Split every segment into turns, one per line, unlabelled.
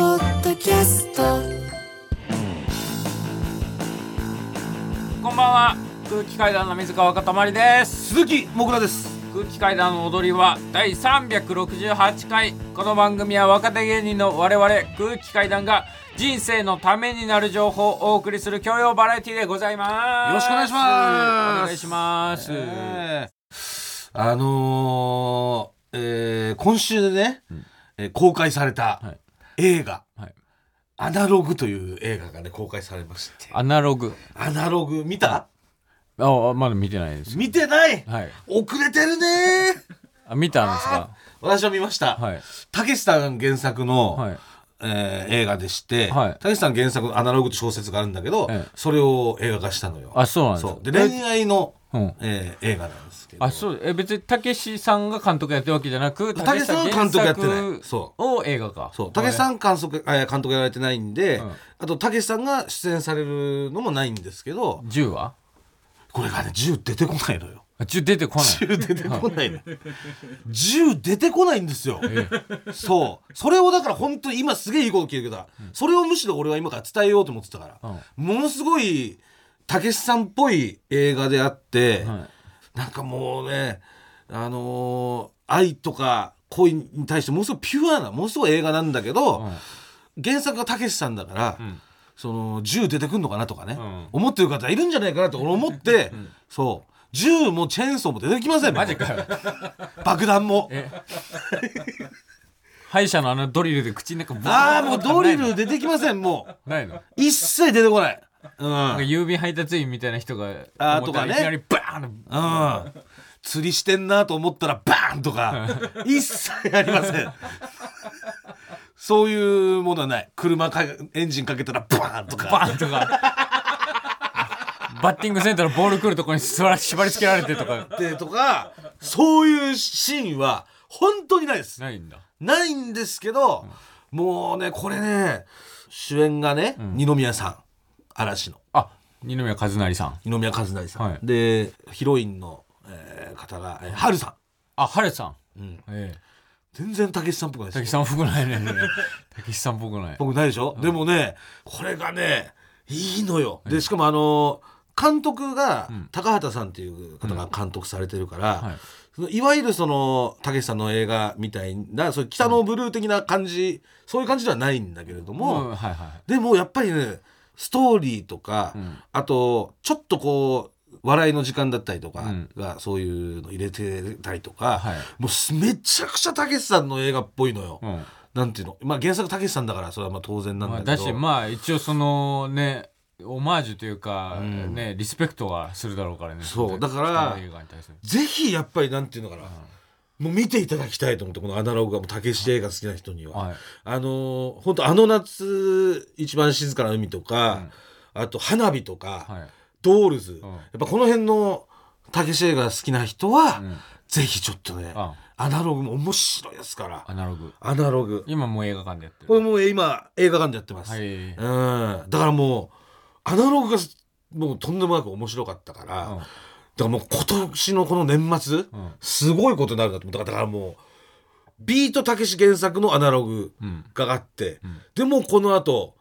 キャスト
こんばんは空気階段の水川かたまりです
鈴木もぐらです
空気階段の踊りは第368回この番組は若手芸人の我々空気階段が人生のためになる情報をお送りする教養バラエティでございます
よろしくお願いします
お願いします、
えーあのーえー今週でね、えー公開され
は
た
い
映画、
はい
アナログという映画がね公開されまして
アナログ
アナログ見た
あまだ見てないです
見てない、
はい
遅れてるね ー
あ見たんですか
私は見ました、
はい
たけしさん原作の、
はい
えー映画でして、
はい
たけしさん原作のアナログって小説があるんだけど、
ええ
それを映画化したのよ
あそうなんですか
そうで恋愛の、
うん
えー映画なんですけど
あそうえ別にたけしさんが監督やってるわけじゃなく
たけしさんは監督やってない
たけしさん原作を映画か
そう。たけし
ん
さん監督、えー監督やられてないんで、
うん
あとたけしさんが出演されるのもないんですけど、
10は
これがね、銃出てこないのよ。
あ10出てこない
銃出てこないの。 銃出てこないんですよ。
ええ
そう。それをだから本当に今すげえいいこと聞いてるけど、それをむしろ俺は今から伝えようと思ってたから、ものすごい、たけしさんっぽい映画であって、
はい
なんかもうね、あのー愛とか恋に対してものすごいピュアな、ものすごい映画なんだけど、
うん
原作がたけしさんだから、
ん
その銃出てくんのかなとかね、
ん
思ってる方いるんじゃないかなって俺思って、そう銃もチェーンソーも出てきません
マジかよ。
爆弾も
え 歯医者のあのドリルで口の中ブ
ああもうドリ
ない
ル
の
出てきませんも
ないのなんか
う一切出てこないうん、うん、
郵便配達員みたいな人が
あー
思ったら
とかね
いきなりバーン
釣りしてんなと思ったらバーンとか一切ありませんそういうものはない車かエンジンかけたらバーンとか
バーンとかバッティングセンターのボール来るとこに座ら縛り付けられてとか
ってとかそういうシーンは本当にないです
ないんだ
ないんですけど、もうねこれね主演がね、二宮さん嵐の
あ二宮和也さん
二宮和也さん、
はい
でヒロインの、えー方が、えー、春さ
あハルさん、
ん
ええ
ん全然たけしさんっぽくない
た
で
けし
す
さんっぽくないねたけしさんっぽくない
僕ないでしょ、でもねこれがねいいのよ、でしかもあの監督が高畑さんっていう方が監督されてるから、
はい
そのいわゆるそのたけしさんの映画みたいなそういう北のブルー的な感じ、そういう感じではないんだけれども、
うんはいはい
でもやっぱりねストーリーとか、
ん
あとちょっとこう笑いの時間だったりとか
ん
が、そういうの入れてたりとか、
はい
もうすめちゃくちゃたけしさんの映画っぽいのよ。
うん
なんていうの、まあ、原作たけしさんだからそれはまあ当然なん
ま
だ
あ、
けど、
だしまあ一応そのねオマージュというか、
ん
ねリスペクトはするだろうからね
そう
れで
だから
北の映画に対する
ぜひやっぱりなんていうのかな、もう見ていただきたいと思ってこのアナログがもうたけし映画好きな人には、
はい
あの本当あの夏一番静かな海とか、あと花火とか、
はい
ドールズ、
ん
やっぱこの辺のたけし映画好きな人は、
ん
ぜひちょっとね、
うん
アナログも面白いですから
アナログ
アナログ
今もう映画館でやって
こ
る
れもう今映画館でやってます、
はい
うんだからもうアナログがもうとんでもなく面白かったから、
うん
だからもう今年のこの年末、
ん
すごいことになるなと思っただからもうビートたけし原作のアナログ
うん
があって、でもうこの後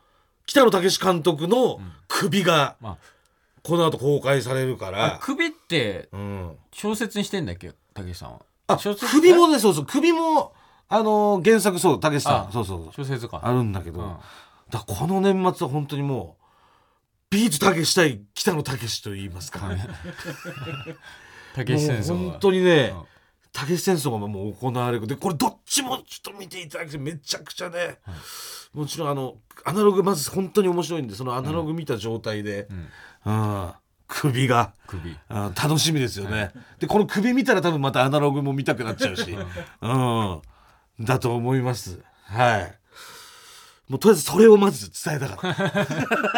北野武監督の首が
ま
この後公開されるか
ああ
ら、
首って
うん、
小説にしてんだっけたけしさんは
あ
小説
首もねそうそう首もあの原作そうたけしさ
あ
んそうそうそう
小説か
あるんだけど、
うん
だからこの年末は本当にもうビートたけしたい北野たけしと言います か、も
たけし
う
先生
本当にね
うん
たけし戦争がもう行われるでこれどっちもちょっと見ていただきたいめちゃくちゃね、もちろんあのアナログまず本当に面白いんでそのアナログ見た状態で、うん首が。
首
あー楽しみですよね、でこの首見たら多分またアナログも見たくなっちゃうし、うん、だと思いますはいもうとりあえずそれをまず伝えたかった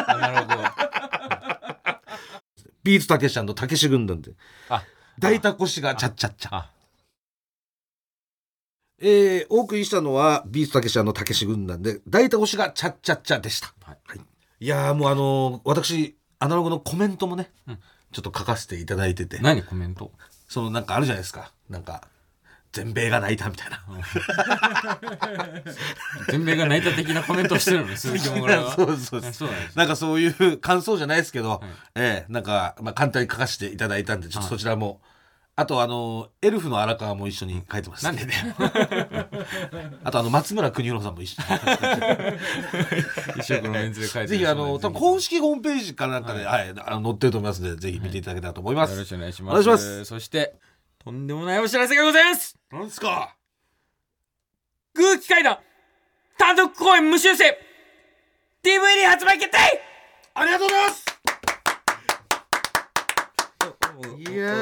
アナログを
ビートたけしさんとたけし軍団で
あ
大田こしがちゃっちゃっちゃ
あ
えー、お送りしたのはビートたけしさんのたけし軍団で大田こしがちゃっちゃっちゃでした、
はい
いやーもうあのー私アナログのコメントもね、
うん
ちょっと書かせていただいてて
何コメント
そのなんかあるじゃないですかなんか全米が泣いたみたいな。
全米が泣いた的なコメントをしてるのね鈴木もぐらは
そうそうそう
そうなんです
なんかそういう感想じゃないですけど、ええなんか、まあ、簡単に書かせていただいたんで、ちょっとそちらも。あと、あの、エルフの荒川も一緒に書いてます。
なんでね
あと、あの、松村邦洋さんも一緒に。
一色のメンズで書いてる
ぜひ、あの、
そ
多
うなんです
分公式ホームページかなんかで、はい、あの載ってると思いますので、ぜひ見ていただけたらと思います。
よろしくお願いします
お願いします
そしてとんでもないお知らせがございます
なんですか
空気階段単独公演無修正 DVD 発売決定
ありがとうございます
い
や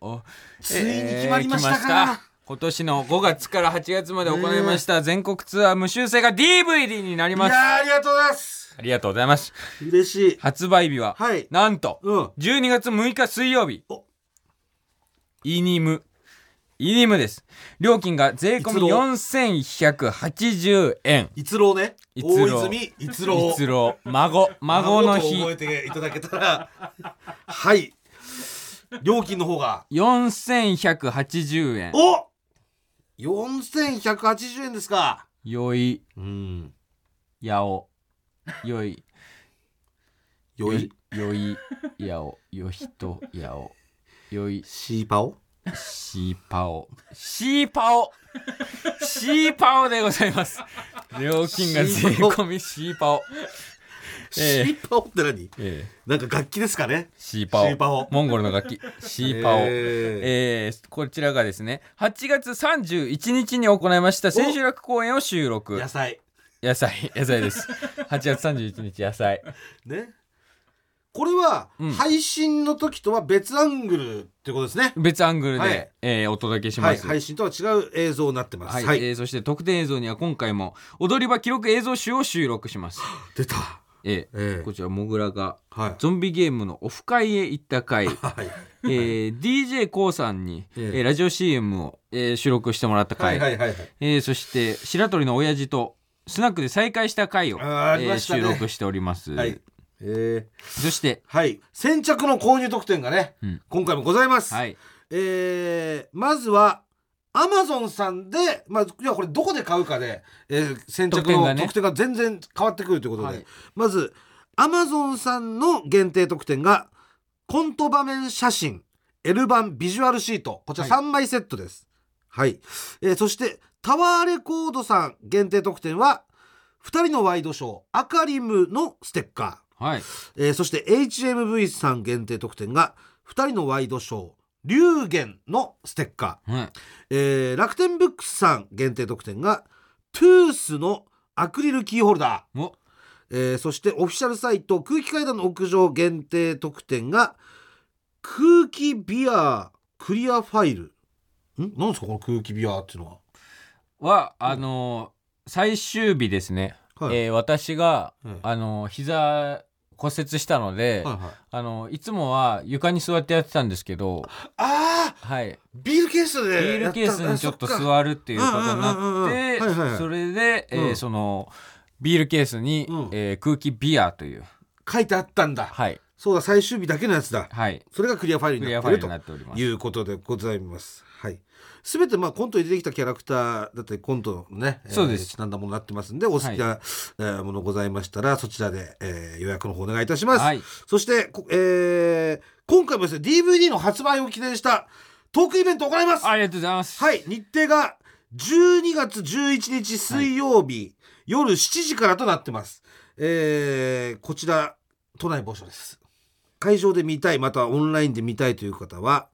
ーついに決まりましたか
今年の5月から8月まで行いました全国ツアー無修正が DVD になりますあ
ーありがとうございます
りがとうございます
嬉しい。
発売日は、
はい
なんと、
うん
12月6日水曜日
お
イニムイニムです料金が税込
いつろ
4180円
逸郎ね。
逸
大
郎
泉逸郎。
一郎孫孫の日
孫と覚えていただけたら はい料金の方が
4180円
お4180円ですか
よい
うん
やおよい
よい
よいやおよひとやおよい
シーパオ
シーパオシーパオシーパオでございます料金が税込みシーパオ
シーパオって何
ええ
なんか楽器ですかね
シーパオ
シーパオ
モンゴルの 楽器シーパオ、え
え
ーこちらがですね8月31日に行いました千秋楽公演を収録
ー野菜
野 菜野菜です8月31日野菜
ねこれは
うん
配信の時とは別アングルってことですね、
別アングルで、
はい
えーお届けし
は
ま
い
す、
配信とは違う映像になってます
は、
はいい、
えーそして特典映像には今回も踊り場記録映像集を収録し ます。
出た
えー
ええ
こちらモグラが
はい
ゾンビゲームのオフ会へ行った 回、
はい
えー、d j k o さんに、え
ええ
ーラジオ CM を、えー収録してもらった
は
回、
いはいはいはい
えーそして白鳥の親父とスナックで再会した回を、
あーあり
えー
ましたね
収録しております、
はいえー
そして、
はい先着の購入特典がね、
うん
今回もございます、
はい、
えーまずはアマゾンさんで、まあ、いやこれどこで買うかで、えー先着
特典が
の
ね
特典が全然変わってくるということで、
はい
まずアマゾンさんの限定特典がコント場面写真 L 版ビジュアルシートこちら
はい
3枚セットです、はいえーそしてタワーレコードさん限定特典は2人のワイドショー「アカリム」のステッカー
はい、
えーそして HMV さん限定特典が2人のワイドショー「龍玄」のステッカ
はい、
ー、えー楽天ブックスさん限定特典が「トゥース」のアクリルキーホルダー、
お
えーそしてオフィシャルサイト空気階段の屋上限定特典が「空気ビアクリアファイル」ん何ですかこの空気ビアっていうの
はあのー最終日ですね、
は、はい
えー私が、
はい
あのー膝骨折したので、
はいはい
あのいつもは床に座ってやってたんですけど、
あー
はい、
ビールケース
ビ
で
ールケースにちょっと座るっていうことになっ
うんうんうんうんはいはいは
て
い
それで、えー
うん
そのビールケースに、
うん
えー空気ビアという
書いてあったんだ、
はい
そうだ最終日だけのやつだ
はい
それがクリアファイル
ク
に
リ
な
ア
っ
フ
て
ァイル
ると
になっております
いうことでございます。はい。すべてまあコントに出てきたキャラクターだったりコントのね、えー
そうです
ちなんだものになってますんで、お好きな、えーものございましたらそちらで、えー予約の方お願いいたします。
はい
そしてこえー今回もですね DVD の発売を記念したトークイベントを行います。
ありがとうございます
はい、日程が12月11日水曜日、夜7時からとなってます。えーこちら、都内某所です。会場で見たい、またはオンラインで見たいという方は、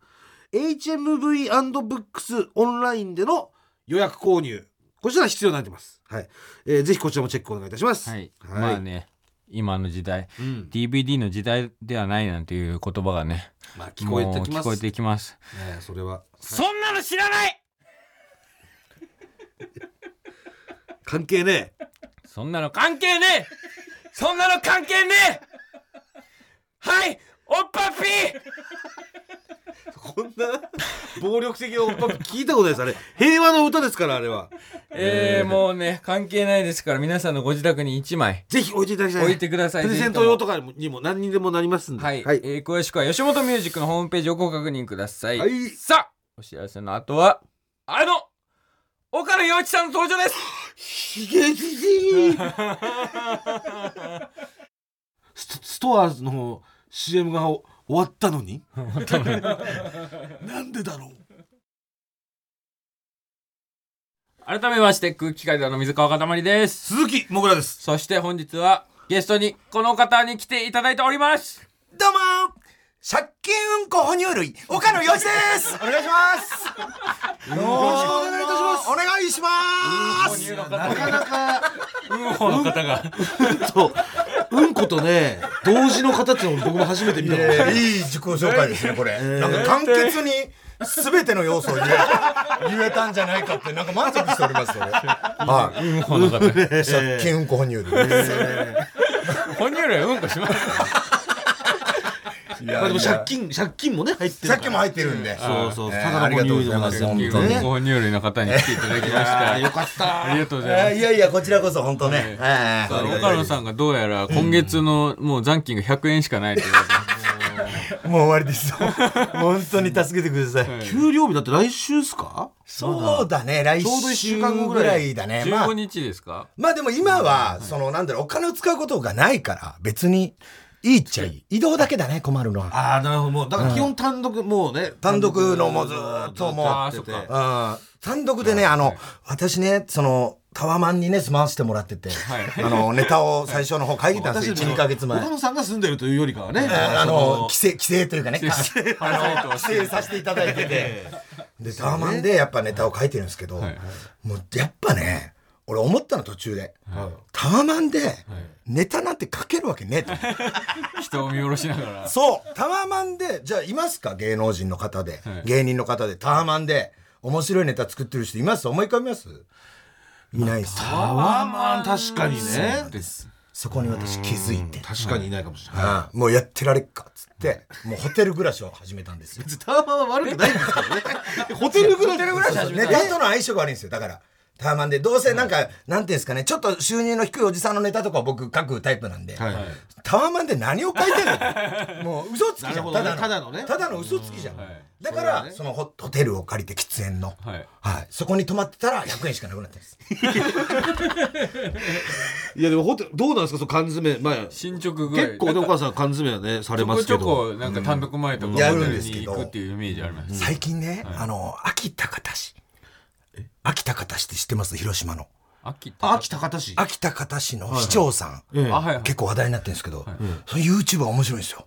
HMV&Books オンラインでの予約購入、こちら必要になってます。はい。えーぜひこちらもチェックお願いいたします。
はいまあね今の時代
うん
DVD の時代ではないなんていう言葉がね
まあ、聞こえてき
もう
ま
聞
す。
こえてきます
えーそれは。
そんなの知らない
関係ねえ。
そんなの関係 ねえそんなの関係ねえはいおっぱっぴー
こんな 暴力的な音聞いたことないです。あれ、平和の歌ですから、あれは。
えー、もうね関係ないですから皆さんのご自宅に1枚
ぜひ置いていただきたい。
置いてください
プレゼン
ぜひと
ト
も
用とかにもにも何にでもなりますんで。
はい、
はい
え。ー詳しくは吉本ミュージックのホームページをご確認ください、
はい
さあお知らせの後はあの岡野陽一さんの登場です
ひげじじいストストアーズの CM が終わったのになんでだろう
改めまして空気階段の水川かたまりです
鈴木もぐらです
そして本日はゲストにこの方に来ていただいております
どうも借金うんこ哺乳類岡野陽一ですお願いしますよろしくお願いいたしますお願いします
なかなかうんほの方が
そううんことね同時の方っていうのを僕も初めて見たから
いい自己紹介ですねこれ、なんか簡潔に全ての要素を言え言えたんじゃないかってなんか満足しておりますそれはい
うんほの方
借金うんこ哺乳類です
哺乳類うんこします
い
ま
や
あ、でも借金借金もね入ってる
借金も入ってるんで
そうそう
ね
ただの
ありがとうござい
哺
ま
乳
す
類の話
本
うん
当にね
こ哺乳類の方に来ていただきました
よかった
ありがとうございます
あいやいやこちらこそ本当ね、は
さ
い
あ岡野さんがどうやら今月のもう残金が100円しかないという
もう終わりですよ 本当に助けてください、
給料日だって来週っすか
そうだね、来
ちょうど一週
週
間後ぐ
ぐ
ら
ら
い
いだね。まあ
15、日ですか
まあでも今は、その、なんだろう、お金を使うことがないから、別に、いいっちゃいい。移動だけだね、困るのは。
ああなるほどもうだから基本単独、もうね
単独のもうずーっともう、
ああそっ
やって
か
て
うん単独でね、あの、私ね、その、タワマンにね、住まわせてもらってて、
い
あの、ネタを最初の方書いてたんですよ、
私
1、2ヶ月前
岡。野さんが住んでるというよりかはね、
あ
そ
の、規 制、規制というかね、あの、規制させていただいてて。で、タワマンでやっぱネタを書いてるんですけど、
はい
もうやっぱね、俺思ったの途中で、タワマンでネタなんて書けるわけねえと思って。
人を見下ろしながら
そう、タワマンで、じゃあいますか芸能人の方で、
はい
芸人の方で、タワマンで面白いネタ作ってる人います思い浮かびますいないっす
タワーマン確かにね
です
そこに私気づいて。
確かにいないかもしれない、
ああもうやってられっかっつって、もうホテル暮らしを始めたんですよ。
タワーマンは悪くないんですけど ねホテルぐらい
ネタとの相性が悪いんですよだからタワマンでどうせなんか、なんていうんですかねちょっと収入の低いおじさんのネタとかを僕書くタイプなんで、
はい
タワマンで何を書いてんのもう嘘つき
な
じ
る
ゃん、
ほど
た
ね
だの
ただのね
ただの嘘つきじゃん、
はい
だからそ,、のホホテルを借りて喫煙の、はい
はい
そこに泊まってたら100円しかなくなったんです
いやでもホテルどうなんですかその缶詰まあ
進捗具合
結構ねお母さん缶詰はねされますけ
ちょこ
ど
ちょこなんか単独前とか
うんやるんですけど
ホテルに行くっていうイメージあります
最近ね、あの秋高田市秋高田市って知ってます広島の
秋田
秋高田市
秋高田市の市長さん、
ええ
あはいはい
結構話題になってるんですけど、その YouTube が面白いんですよ。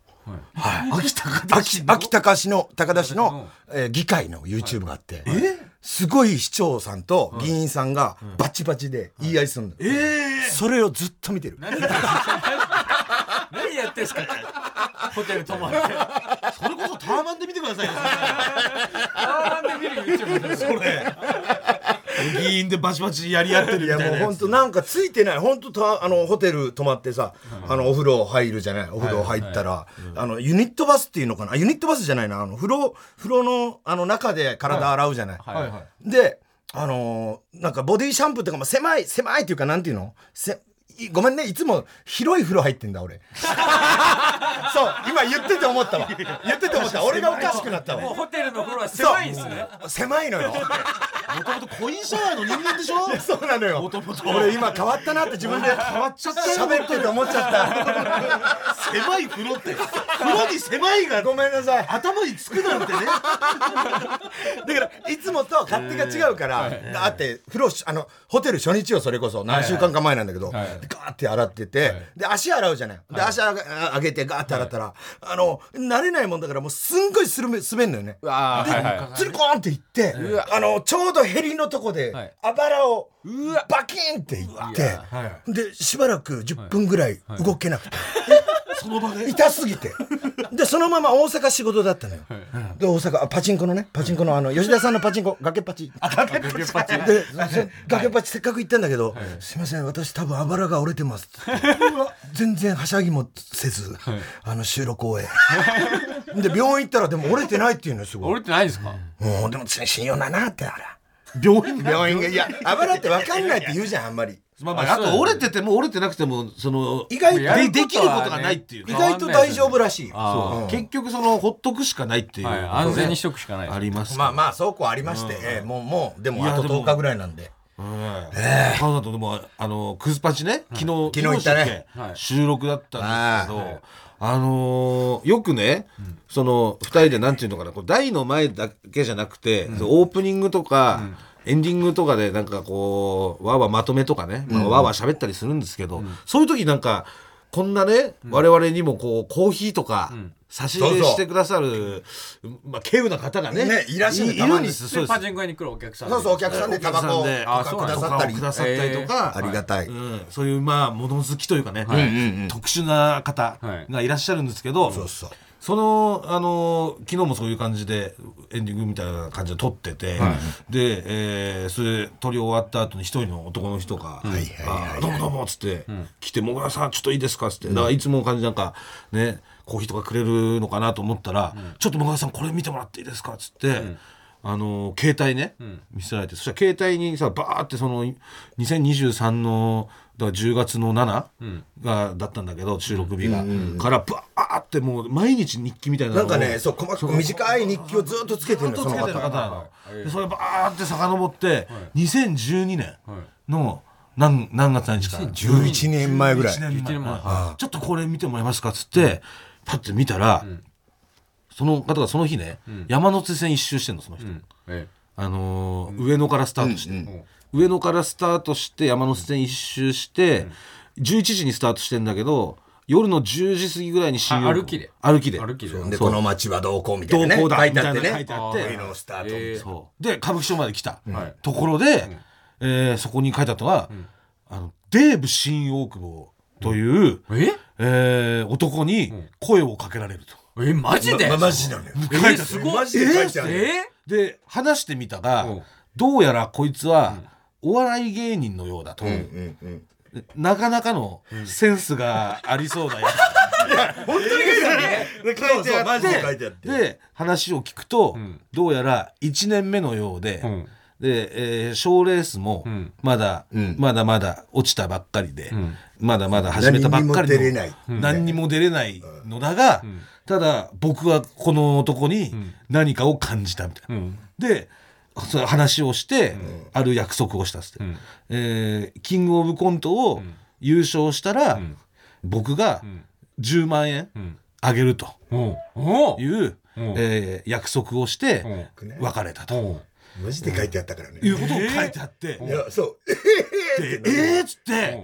はい。秋田市の秋田市の、高田市の、えー議会の YouTube があって、すごい市長さんと議員さんがバチバチで言い合いするの。それをずっと見てる。
何やってんすかホテル泊まって
それこそタワーマンで見てくださいよ
あーなんで見る YouTube
それ議員でバチバチやり合ってる
い
み
や
たい
も
な
う
や
本
つ
当なんかついてない本当あのホテル泊まってさ、あのお風呂入るじゃないお風呂入ったら、あのユニットバスっていうのかなあユニットバスじゃないなあの風呂風呂のあの中で体洗うじゃない、
はいは
であのーなんかボディシャンプーとかも狭い狭いっていうかなんていうのせいごめんねいつも広い風呂入ってんだ俺そう今言ってて思ったわ言ってて思った俺がおかしくなった
もう
わ
ホテルの風呂は狭いんですね
狭いのよ
もともとコインシャワーの人間でしょ
そうなのよ
ともと
俺今変わったなって自分で
変わっちゃったよ
喋ってて思っちゃっ
狭い風呂って風呂に狭いが
たごめんなさい
頭につくなんてね
だからいつもと勝手が違うから、だって風呂しあのホテル初日よそれこそ何週間か前なんだけど、
はいはい
でガーって洗ってて、で足洗うじゃない、で足あが上げてガーって洗ったら、あの慣れないもんだからもうすんごいするめ滑んのよね
あーはいはい
つるこーンっていって、あのちょうどヘリのとこで、
はい
あばらを
うわ
バキーンっていって、
は
でしばらく10分ぐらい動けなくて、
その場で
痛すぎてでそのまま大阪仕事だったのよ、
はい
で大阪あパチンコのねパチンコのあの吉田さんのパチンコ崖っぱち崖っぱちでそ崖っぱちせっかく行ったんだけど、すいません私多分あばらが折れてますって言って全然はしゃぎもせず、あの収録終えで病院行ったらでも折れてないっていうのよすごい
俺ってないですか
もうでも信用ないなってあら
病院
病院がいやあばらって分かんないって言うじゃんあんまり
まあまあ、あと折れてても折れてなくてもその
意外
いや
と
でできることがないっていうね
意
や
外と大丈夫らしい
あ
うん
結局そのほっとくしかないっていう、
はい、安全にしとくしかないです
あります
まあ
あ
まあそうこうありまして、えーもうもうでも
いや
あと
でも
10日ぐらいなんで
ええカナダとでもあのクズパチね昨日、
昨日行ったね
昨日
はい
収録だったんですけど、あのーよくね、その2人でなんていうのかなこう台の前だけじゃなくて、そのオープニングとか、エンディングとかでなんかこうわーわーまとめとかね、まあ、わーわー喋ったりするんですけど、そういう時なんかこんなね、我々にもこうコーヒーとか、差し入れしてくださる、まあ、稀有な方がね、
ねいらっしゃる
い
た
る
ま
ん
に
です。
で
そうです
パチンコ屋に来るお客さん
そうそうお客さんでタバコ
お
を
客さんで
とかくださったり
くださったりと
あ
か、
りがたい、
うん、そういうまあ物好きというかね、
はい
特殊な方がいらっしゃるんですけど、
そうそう
その、あの昨日もそういう感じでエンディングみたいな感じで撮ってて、で、えーそれ撮り終わった後に一人の男の人が「
いはいはい
あーどうもどうも」っつって、来て「もぐらさんちょっといいですか」っつってだからいつもの感じなんかねコーヒーとかくれるのかなと思ったら「ちょっともぐらさんこれ見てもらっていいですか」っつって。あの携帯ね、見せられてそしたら携帯にさバーってその2023のだから10月の7がだったんだけど収録日が、からバーってもう毎日日記みたいな
な
の
ん
を
かねそう細かく短い日記をずっとつけてる
ずっと
のそ
つ
の
けてる方
方
なのでそれバーって遡って2012年
はい
の何何月何日か
11年前ぐらい
11年
11
前
年前
うんちょっとこれ見てもらえますかっつってパッて見たらその方がその日ね山手線一周してんのその人
うんえ
あのー上野からスタートして上野からスタートして山手線一周して11時にスタートしてんだけど夜の10時過ぎぐらいに新
あ
横
歩きで
歩きで
歩きで
で
そう
この街は同行みたい
同
なね
行だ
書い
み
て
た
あっ
いな
て
書い
ね
てあっ
書い
て
恋のスタート、
えー
そうで歌舞伎町まで来た、
はい
ところで、えーそこに書いてあったのは、あのデーブ新大久保という、
え
えー男に声をかけられると。
えマジで、
まマジなのよ
え
書いてあった
すごい
マジで書いてある
え
で話してみたら、
うん
どうやらこいつは、お笑い芸人のようだと、
うんうんうん
なかなかのセンスがありそうなやつ。
本当に書いてあるね 書いてあってマジで書いてあって
で話を聞くと、
ん
どうやら1年目のようで、
うん
で、えー、賞レースも
ん
まだ、
ん
まだまだ落ちたばっかりで、
ん
まだまだ始めたばっかり
何にも出れない
の何にも出れないのだが、ただ僕はこの男に何かを感じたみたいな。
ん
でその話をして、ある約束をしたっつって、
ん
えーキングオブコントを優勝したら、僕が10万円
ん
あげると
おうおう
いう、
うん
えー約束をして
うん
別れたと、
おう
マジで書いてあったからね、
いうことを書いてあって、
いやそう
でえーっつって、
うん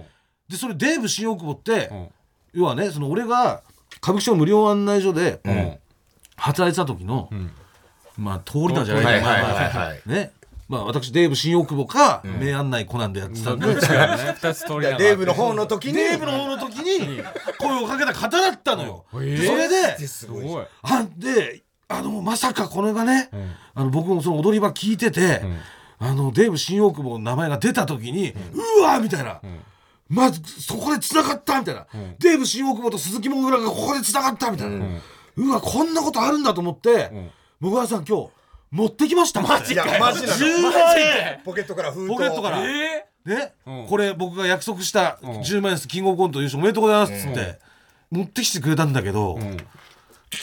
でそれデーブ新大久保って、
ん
要はねその俺が歌舞伎町無料案内所で、
ん
働いてた時の、
ん
まあ通りだじゃないか、
はいはい
まあまあ
はいはい
ねまあ私デーブ新大久保か、名案内コナンでやってたん で、
どっちかね二つ通りながら
デーブの方の時に
デーブの方の時に声をかけた方だったのよ、
うんえー
それです
すごい
あであのまさかこれがね、あの僕もその踊り場聞いてて、あのデーブ新大久保の名前が出た時に、うわーみたいな、まずそこでつながったみたいな、デーブ新大久保と鈴木もぐらがここでつながったみたいな、うわこんなことあるんだと思って、もぐらさん今日持ってきましたマ
いやマジなの
10万円
ポケットから封筒
ポケットから
え
ね、
うん
これ僕が約束した10万円です、キングオブコント優勝おめでとうございますっつって、持ってきてくれたんだけど、
ん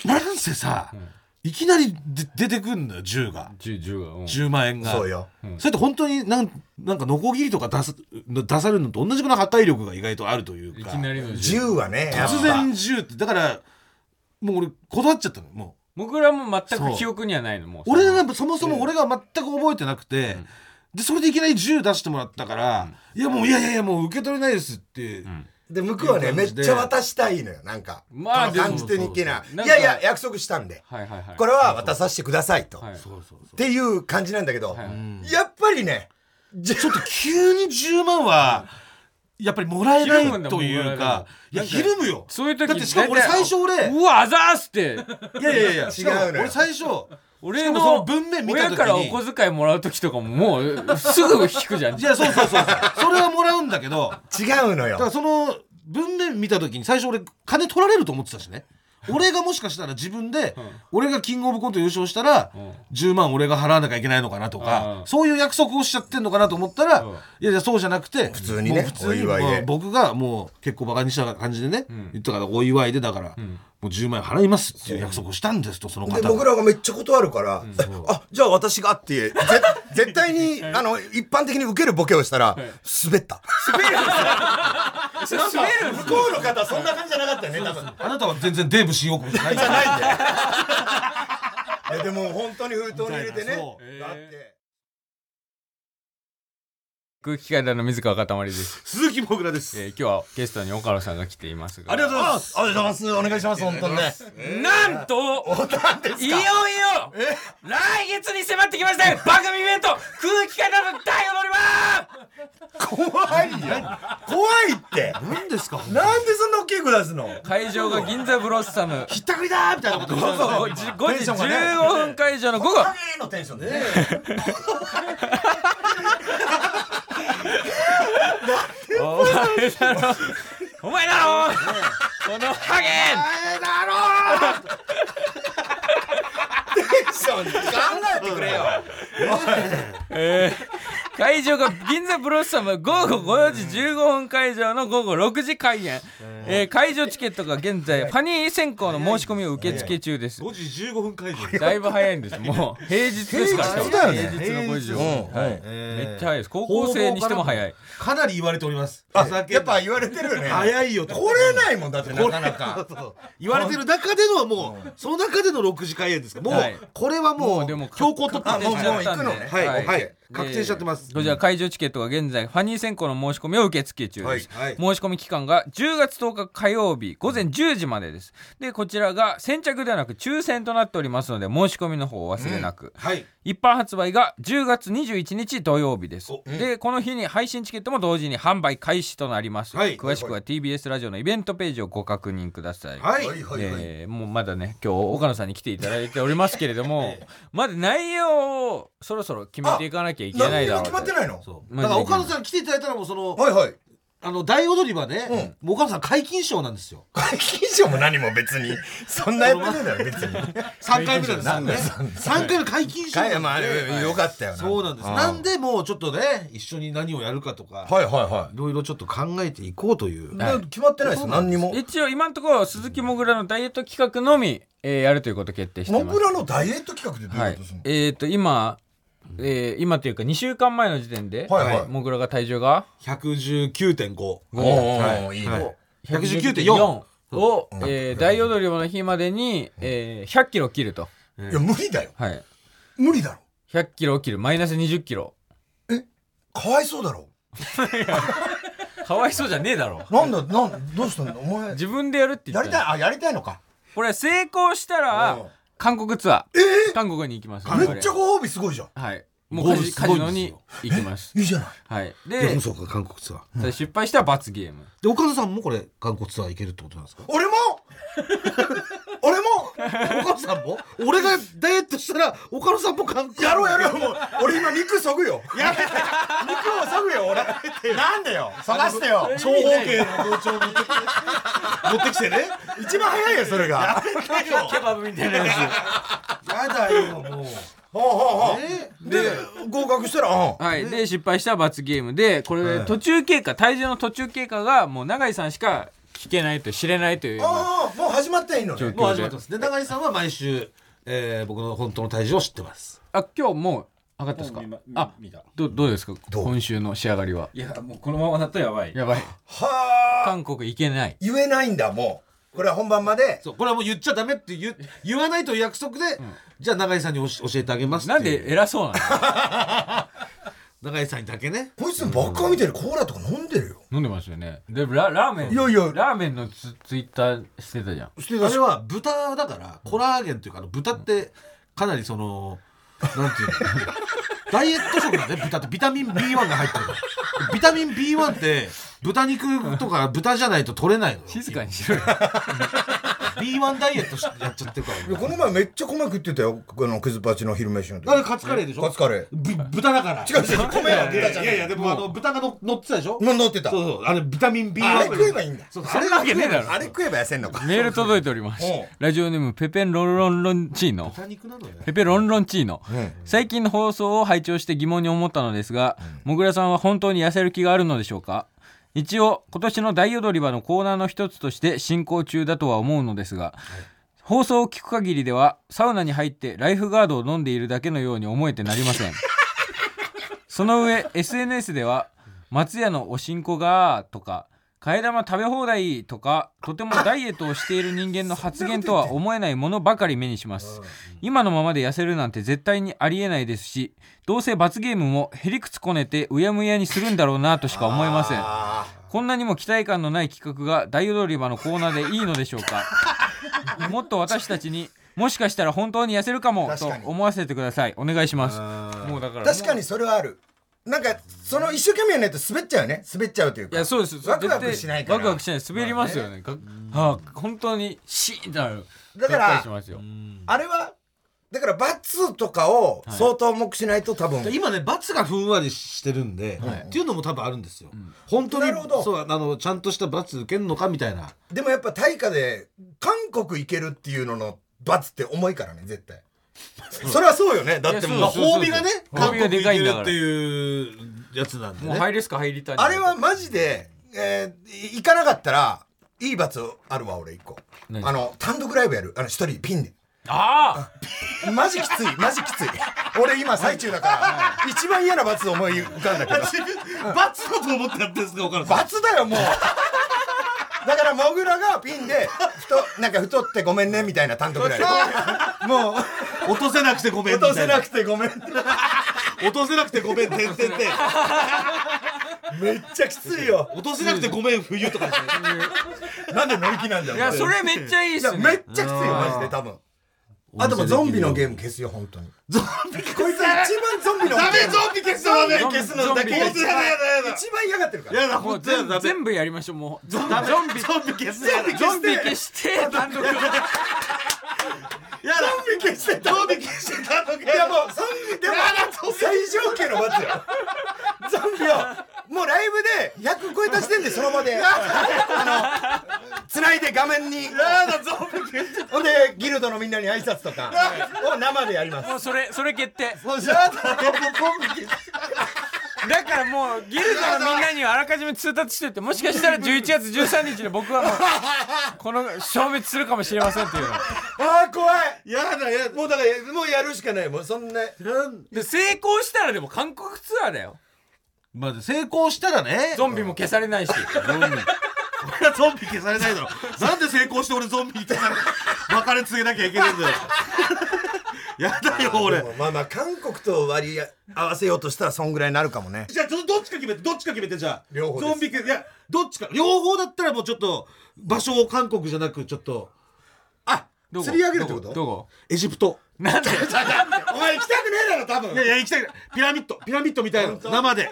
なんせさ、いきなりで出てくんのよ10
ー、
が
十十がうん
10万円が
そうよ
それって本当になんなんかノコギリとか出す出されるのと同じくらい破壊力が意外とあるという
い
か
きなりの十
10はねやっぱ
突然10ってだからもう俺断っちゃったのもう
僕らも全く記憶にはないのもう
俺がそもそも俺が全く覚えてなくて、でそれでいきなり10出してもらったから、いやもういやいやいやもう受け取れないですって、
で向こうはねめっちゃ渡したいのよなんか
まあ
この感じていけな
でも
いやいや約束したんで
はいはいはい
これは渡させてくださいと、
はい
っ
そうそうそう
ていう感じなんだけど、
はい
やっぱりねじゃ
ちょっと急に10万は、やっぱりもらえな
ひるむん
い
だ
というか、いや、ひるむよ。
そういう時
だってしかも俺
大体
最初俺、いう
わあざーすって
やいやいや、しかも
違うのよ
俺最初、
俺
しかもその
の
文面見た時
親
に
からお小遣いもらう時とかももうすぐ引くじ ゃん
いや、そうそうそうそう、それはもらうんだけど、だ
違
か
うの
ら
よ
その文面見た時に最初俺、金取られると思ってたしね。俺がもしかしたら自分で、俺がキングオブコント優勝したら、10万俺が払わなきゃいけないのかなとか、
うん
そういう約束をしちゃってんのかなと思ったら、
うん
いやいやそうじゃなくて
普通にね
もう普通に
お祝いで
もう僕がもう結構バカにした感じでね、
ん
言ったからお祝いでだから、もう10万円払いますっていう約束をしたんですとその方
で
が
僕らがめっちゃ断るから、あじゃあ私がってぜ 絶対にあの一般的に受けるボケをしたら滑った滑るんですよ滑る向こうの方そんな感じじゃなかったよね多分
あなたは全然デーブ新大久保じゃない
じゃ ないんだよいやでも本当に封筒に入れてね
そう
だって
空気階段の水川かたまりです、
鈴木もぐらです、
えー、今日はゲストに岡野さんが来ていますが
ありがとうございます
ありがとうございますお願いします本当にね
なんといよいよ来月に迫ってきましたよ番組イベント空気階段の大踊り場
怖いよ怖いって
何ですかほんと
なんでそんな大きい声出すの
会場が銀座ブロッサム
ひったくりだーみたいなこと言ってた
5時15分会場の午後
影のテンションでね
お前だろお前だろこのハゲ
テンション考えてくれよ
えー会場が銀座ブロッサム午後5時15分会場の午後6時開演、えー会場チケットが現在ファニー選考の申し込みを受付中です
5時15分会場
だいぶ早いんですもう平日ですから
平日だよね
平日の5時を、
平日うん
はい
えー
めっちゃ早いです高校生にしても早い
かなり言われておりますふざけんな
やっぱ言われてるよね
早いよと
来れないもんだってなかなか
そう言われてる中でのもうその中での6時開演ですからも
はいう
これはも
もう
う
でも
強行突破
あもうもう行くのね
はい
はい
はい確定しちゃってます
こちら会場チケットが現在ファニー選考の申し込みを受付中です、
はいはい
申し込み期間が10月10日火曜日午前10時までですでこちらが先着ではなく抽選となっておりますので申し込みの方をお忘れなく、
はい
一般発売が10月21日土曜日です
お、
でこの日に配信チケットも同時に販売開始となります、
はい
詳しくは TBS ラジオのイベントページをご確認ください、
はい
はいはいはい
えーもうまだね今日岡野さんに来ていただいておりますけれど も、まだ内容をそろそろ決めていかなきゃいけな
何
い
に
だろ
も
う
決まってないの
そう
マジで
だから岡野さん来ていただいたらもうその
はいはい
あの大踊り場ねもう岡野さん解禁賞なんですよ
解禁賞も何も別にそんなやってないだろ別に
3回目なん
なんだ
で
よ
すよね3回の解禁賞なんで
まああれよかったよな
そうなんです
あー
なんでもうちょっとね一緒に何をやるかとか
はいはいはい
ろいろちょっと考えていこうという
いだから決まってないですよ何にも
一応今のところ鈴木もぐらのダイエット企画のみ、えーやるということを決定して
も
ま
ぐ
す
らのダイエット企画でどう
は
いう
い
ことするの、
えっ、と今、えー今というか2週間前の時点で、
はいはい
もぐらが体重が
119.5
おーおーいいね
119.4
119.4を、えー、大踊り場の日までに、えー、100キロ切ると、
いや無理だよ
はい、
無理だろ
100キロを切るマイナス20キロ
かわいそうだろ
かわいそうじゃねえだろ
なんだなんどうしたんだお前
自分でやるって言
や
っ
り
た
たい
の
あやりたいのか
これ成功したら
うん
韓国ツアー、
え
韓国に行きます
ー、めっちゃご褒美すごいじゃん
はいもうカ
ゴール
ジ
すご
カ
いんですよ
ジノに行きます
いいじゃない
はい
い
で
やそうか韓国ツアー
ただ失敗したら罰ゲーム
で岡野さんもこれ韓国ツアー行けるってことなんですか
俺も俺も
岡野さんも俺がダイエットしたら岡野さんも韓国
やろうやろうもう俺今肉そぐよやめて肉をそぐよ俺なんでよ 探してよ
長方形の包丁持ってきて持ってきてね
一番早いよそれが
ケバブみたいなや
やだ よもう
ほうほうほ
え
うで合格したらうん
つはいで失敗したら罰ゲームでこれ途中経過体重の途中経過がもう永井さんしか聞けないと知れないというような
ああもう始まったいいのね
もう始まってますで永井さんは毎週、えー、僕の本当の体重を知ってます
あ今日もう上がったですか
もう見ま
あ
見た
どどうですか
どう
今週の仕上がりはい
やもうこのままだとやばい
やばい
はあ
韓国行けない
言えないんだもうこれは本番まで
そうこれはもう言っちゃダメって言う言わないという約束で、じゃあ永井さんにおし教えてあげますってい
な
うん
で偉そうなの
永井さんにだけね
こいつばっか見てるコーラとか飲んでるよ
飲んでますよねでララーメン
いやいや
ラーメンのツツイッターしてたじゃん
して
あれは豚だからコラーゲンというかあの豚ってかなりその なんていうのダイエット食なんだね豚ってビタミン B1 が入ってるからビタミン B1 って豚肉とか豚じゃないと取れないのよ
静かにしろよ
B1 ダイエットしやっちゃってるから
いやこの前めっちゃ細く言ってたよあのクズパチの昼飯の時
だからカツカレーでしょ
カツカレー
ぶ豚だから
違う違う米は豚じゃない
いやいやでもあの豚がの乗ってたでしょ
もう乗ってた
そうそうあれビタミン B
あれ食えばいいんだ
そう
そんなわけねえだろ
あれ食えば痩せんのか
メール届いております
おう
ラジオネームペペンロンロンロンチーノ
豚肉なのね
ペペロンロンチーノ、
ん
最近の放送を拝聴して疑問に思ったのですが、もぐらさんは本当に痩せる気があるのでしょうか一応今年の大踊り場のコーナーの一つとして進行中だとは思うのですが、放送を聞く限りではサウナに入ってライフガードを飲んでいるだけのように思えてなりま せんその上 SNS では「松屋のおしんこが」とか「替え玉食べ放題」とかとてもダイエットをしている人間の発言とは思えないものばかり目にします今のままで痩せるなんて絶対にありえないですしどうせ罰ゲームもへりくつこねてうやむやにするんだろうなとしか思えませ んこんなにも期待感のない企画が大踊り場のコーナーでいいのでしょうか もっと私たちにもしかしたら本当に痩せるかもと
確かに
思わせてくださいお願いしますもうだから
確かにそれはあるなんかその一生懸命やんないと滑っちゃうよね滑っちゃうという
い
か
やそうです
ワクワクしないから
ワクワクしない滑りますよね,が、はあ、本当にシーンとなる
だから
がっかりしますよ
あれはだから罰とかを相当重くしないと多分、
今ね罰がふんわりしてるんで、っていうのも多分あるんですよ、本当に
なるほど
そうあのちゃんとした罰受けんのかみたいな
でもやっぱ大化で韓国行けるっていうのの罰って重いからね 絶対それはそうよねだって
いや
もう
そうそう
褒美がね
褒
韓
美が
国行
でかい
け
ん
る
だから
っていうやつなんで
もう
ね
入りすか入りたい
あれはマジで、えー行かなかったらいい罰あるわ俺一個
何
あの単独ライブやるあの一人ピンで
あ
マジきついマジきつい俺今最中だから一番嫌な罰思い浮かんだけど
罰だと思ってやってるんですか岡野さん
罰だよもうだからモグラがピンで太なんか太ってごめんねみたいな単独ライブ もう
落とせなくてごめんみた
落と
いな
せなくてごめん
落とせなくてごめんてんてんてん
めっちゃきついよ
落とせなくてごめん冬とかですね
なんで乗り気なんだよ
あいやそれめっちゃいいっ
いや
すね
めっちゃきついよマジで多分あともうゾンビのゲーム消すよ本当に
ゾンビ
こいつ一番ゾンビの
ダメゾンビ消すのダメ
ゾンビ
消すのだけ
ゾンビ
本当やだやだやだ
一番嫌がってるから
やだ
あもう
本当や
全
だ
部
ダメ
全部やりましょうもうゾン
ダメ
ゾンビ
ゾンビ消すやだ
ゾンビ消して単独
やだゾンビ消してゾンビ消してたのか
いやもうゾンビでも
やだゾンビ
最上級の罰よゾンビをもうライブで100超えた時点でその場であの繋いで画面に
やだゾンビ消して
ほんでギルドのみんなに挨拶とかを生でやります
もうそれそれ決定
そうしやだよもうコンビ消して
だからもうギルドのみんなにはあらかじめ通達してってもしかしたら11月13日で僕 はもうこの消滅するかもしれませんっていうの
ああ怖い
やだやだ
もうだからもうやるしかないもうそんな
で成功したらでも韓国ツアーだよ
まあ成功したらね
ゾンビも消され ないし
俺はゾンビ消されない だろなんで成功して俺ゾンビって別れ告げなきゃいけない んだよやだよ俺
でもまあまあ韓国と割り合わせようとしたらそんぐらいになるかもね
じゃあどどっちか決めてどっちか決めてじゃあ
両方です
ゾンビかいやどっちか両方だったらもうちょっと場所を韓国じゃなくちょっと
あ
どこ
釣り上げるってこと
どこ
エジプト
どこなんで
お前行きたくねえだろ多分
いやいや行きたいピラミッドピラミッド見たいの生で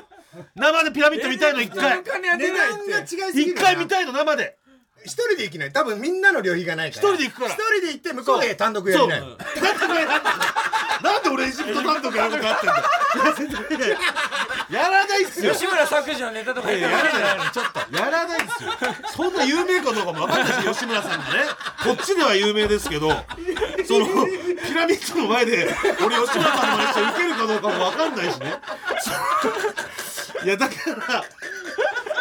生でピラミッド見たいの一回
お金当て
値
ない
段が違いすぎ
一
るな
回見たいの生で
一人で行きない多分みんなの旅費がないから
一人で行くから
一人で行って向こうで単独や
そう
り
な
なんい
で俺 なんで俺エジプト単独やるのかってんだよいやいやいややらないっすよ
吉村削除のネタとか
い
言
や
っ
やらないちょっとやらないですよそんな有名かどうかも分かんないし吉村さんもねこっちでは有名ですけどそのピラミッドの前で俺吉村さんの話を受けるかどうかも分かんないしね そういやだから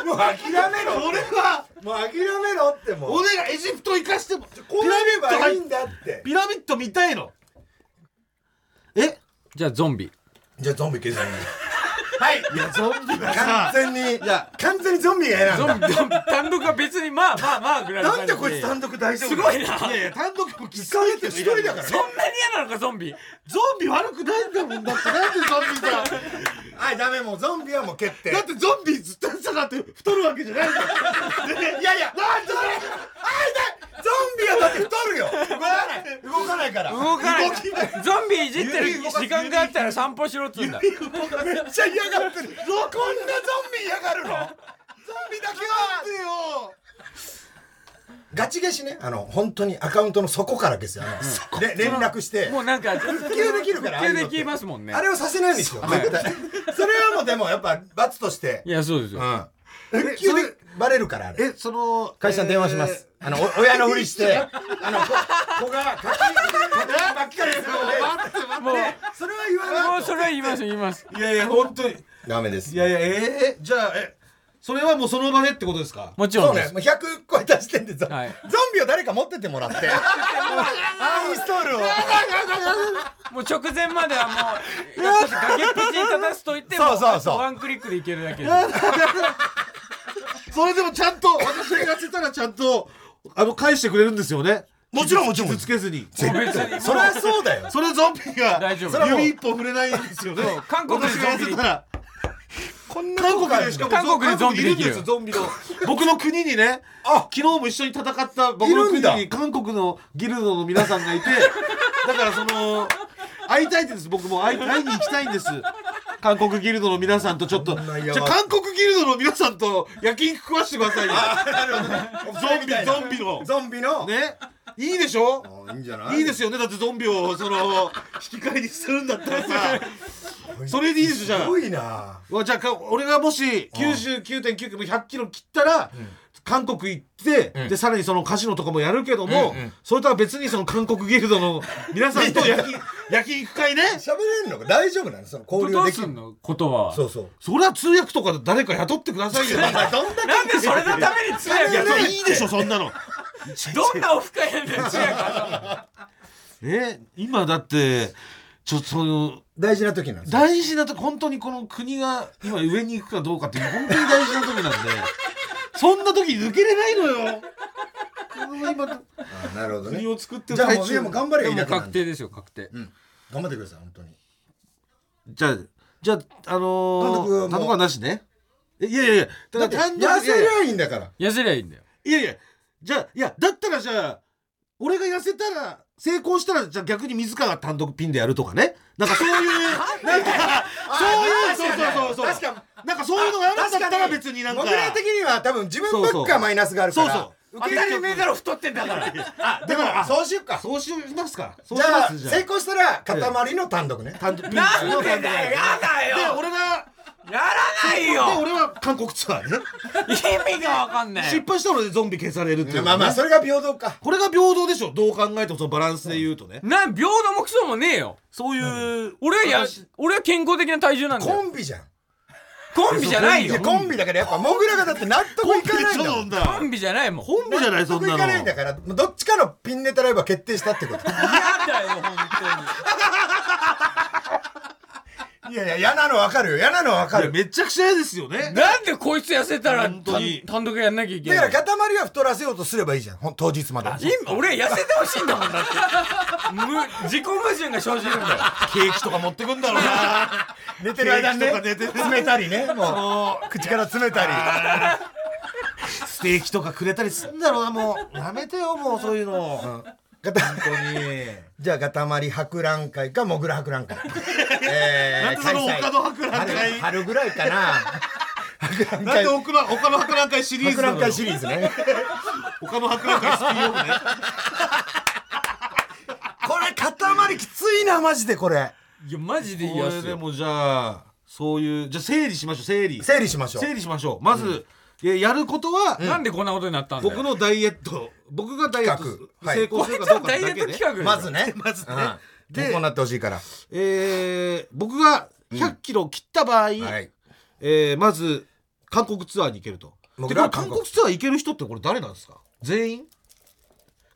もう諦めろ
俺は
もう諦めろってもう
俺がエジプト行かしても
こうやればいいんだって
ピラミッド見たいのえ
じゃあゾンビ
じゃあゾンビ消せないはい
いやゾンビが
完
さ
全に
いや
完全にゾンビが嫌
ゾ
なん
ンビゾンビ単独は別にまあまあまあぐらい
だ
の
なん
感じ
でこいつ単独大丈夫
すごいな
やいや単独も聞
一
かれ
人
て
で
る
一人だから
そんなに嫌なのかゾンビ
ゾンビ悪くないんだもんだってなんでゾンビさ
はいダメもうゾンビはもう決定
だってゾンビずっとさだって太るわけじゃないんだよ
いやいやなんであ痛いゾンビはだって太るよ動かない動かないから
動かない
動きな
ゾンビいじってる時間があったら散歩しろっつうんだ
めっちゃ嫌がってるこんなゾンビ嫌がるのゾンビだけは
よ
ガチ消しね、あの、本当にアカウントの底からですよ。あの、で連絡して。
もうなんか
復旧できるか
復旧
ら。ああいう
で
のって
きますもんね
あれをさせないんですよ、
はい
絶対。それはもうでも、やっぱ、罰として。
いやそうです
う
よ、
ん。復旧でバレるから、あれ。
えその
会社に電話します。あの、お親のふりして、 あの、子子が、課金、課金ばっかりするので。
もう
それは言わ
も
な
う
い
そ
と。
れは言います言います
いやいや本当に
ダメです。
いやいやえー、じゃあえそれはもうその場でってことですか
もち
そ
ろ
うんね
で、す
もう100超えた時点でゾ,、
はい
ゾンビを誰か持ってってもらって、アンインストールを。
もう直前まではもう崖っぷちに立たすといっても
そうそうそう
あとワンクリックでいけるだけです
それでもちゃんと私がやってたらちゃんとあの返してくれるんですよね
もちろんもちろん
傷つけずに
絶
もう別に
そりゃそうだよ。
それゾンビが
大丈夫
それはもう
指一本触れないんですよね
そう韓国で
私がやってたら
こんな
韓国でしかも
韓国でゾンビ
韓国いる
で
ん
き
で
る
すよゾンビの僕の国にね
あ
昨日も一緒に戦った僕の
いるん
国
だ
に韓国のギルドの皆さんがいて だからその会いたいです僕も会い会いに行きたいんです韓国ギルドの皆さんとちょっとじ
こん
ゃ
な
あ
やば
韓国ギルドの皆さんと焼肉食わしてくださいよ
ゾ
ンビ ゾンビの
ゾンビの。
ねいいでしょ
あいいんじゃない
いいですよねだってゾンビをその引き換えにするんだったらさそれでいいですよじゃ
す
あ
ごいな。
うわじゃあか俺がもし99.9キロ100キロ切ったら、韓国行って、でさらにそのカジノとかもやるけども、それとは別にその韓国ギルドの皆さんと焼き焼き肉会ね
喋れるのか大丈夫なのその交
ど
流
う
で
す
き
ん
る。
の言葉は
そうそう。
それは通訳とかで誰か雇ってくださいよいや
どんだけ
なんでそれのために通訳
いや
や
そ
る
う
いいでしょそんなの
どんなオフ会やねん通訳
え今だってちょっとその
大事な時なんですよ。
大事なとこ本当にこの国が今上に行くかどうかっていう本当に大事な時 なんでそんな時抜けれないのよこの今
あなるほどね
国。を作ってる
じゃあ
最
もう
中
でも頑張れよ
もう
田舎な
確
んで
定ですよ確定、
頑張ってください本当に。
じゃあ、じゃあ、あ
単
の
独はも
ー、
う
単独はなしね。えいやいやいや、
だ
だ
って
から単独
痩せりゃいいんだから。
痩せりゃいいんだよ
いやいやいやいや、じゃあ、いや、だったらじゃあ、俺が痩せたら、成功したら、じゃあ逆に自ら単独ピンでやるとかね。なんかそう いう、なんか、そういう、そうそうそうそう。
確かに
なんかそういうのがあるんだったら別になんか。
僕ら的には多分自分ばっかマイナスがあるから。
そうそう
受け入れる
だろ太ってんだから
あでも
あ
そうしようか。
そうしますか。そう
じ
しま
ゃあ
すじゃ
成功したら塊の単独ね。
単独ピン
なんでだよやだ
で、
よ
俺が、
やらない
で、
よ
俺は韓国ツアーね。
意味がわかんない
失敗したのでゾンビ消されるっていう、ね。
まあまあそれが平等か。
これが平等でしょどう考えてもそのバランスで言うとね、
なん平等もクソもねえよ
そういう
俺はや
私
俺は健康的な体重なんだ
コ
よ
ンビじゃん。
コンビじゃない
いや
よ
コンビだからやっぱモグラがだって納得いかないんだも
そ
ん
ん
コ
な
ンビじゃないもん
コンビじゃないそん
納得い
な
かないん
の
だからもうどっちかのピンネタライブは決定したってこと。
嫌だよ本
いやいや嫌なの分かるよ嫌なの分か
いや
る。
めちゃくちゃ嫌ですよ
当
ね
になんでこいつ痩せたら
本当に
単単独やんなきゃいけ
だ
な
か
い
ら塊は太らせようとすればいいじゃんほん当日まで。
今俺は痩せてほしいんだもんだってむ自己矛盾が生じるんだよ
ケーキとか持ってくんだろうな
寝てる間にね
ケーキとか寝てる
詰めたりねもう口から詰めたり
ステーキとかくれたりすんだろうなもうやめてよもうそういうの、本
かた
当に
じゃあ塊博覧会かもぐら博 覧会え
なんでその岡戸博覧会
春春ぐらいかな博覧
なん
会
で奥の他の博覧会シリーズ
博
な
覧
のよ
会シリーズね
他の博覧会スピンオフね
これ塊きついなマジでこれ
いやマジで
こ
痩
れ
せ
で
よ
もじゃあそういうじゃあ整理しましょう整理
整理しましょう
整理しましょうまず、えやることは、
なんでこんなことになったんだよ
僕のダイエット僕がダイエッ
企
ト
画はい
成功
こ
す
い
る
つ
かど
は
うか
ダ
だ
イエッ
け
ト
ね
企画でしょ
まずね
まずね
うん
で
こうなってほしいから
えー僕が100キロ切った場合、
はい
えーまず韓国ツアーに行けるとでこ
僕
れ
らは
韓
韓
国ツアー行ける人ってこれ誰なんですか全員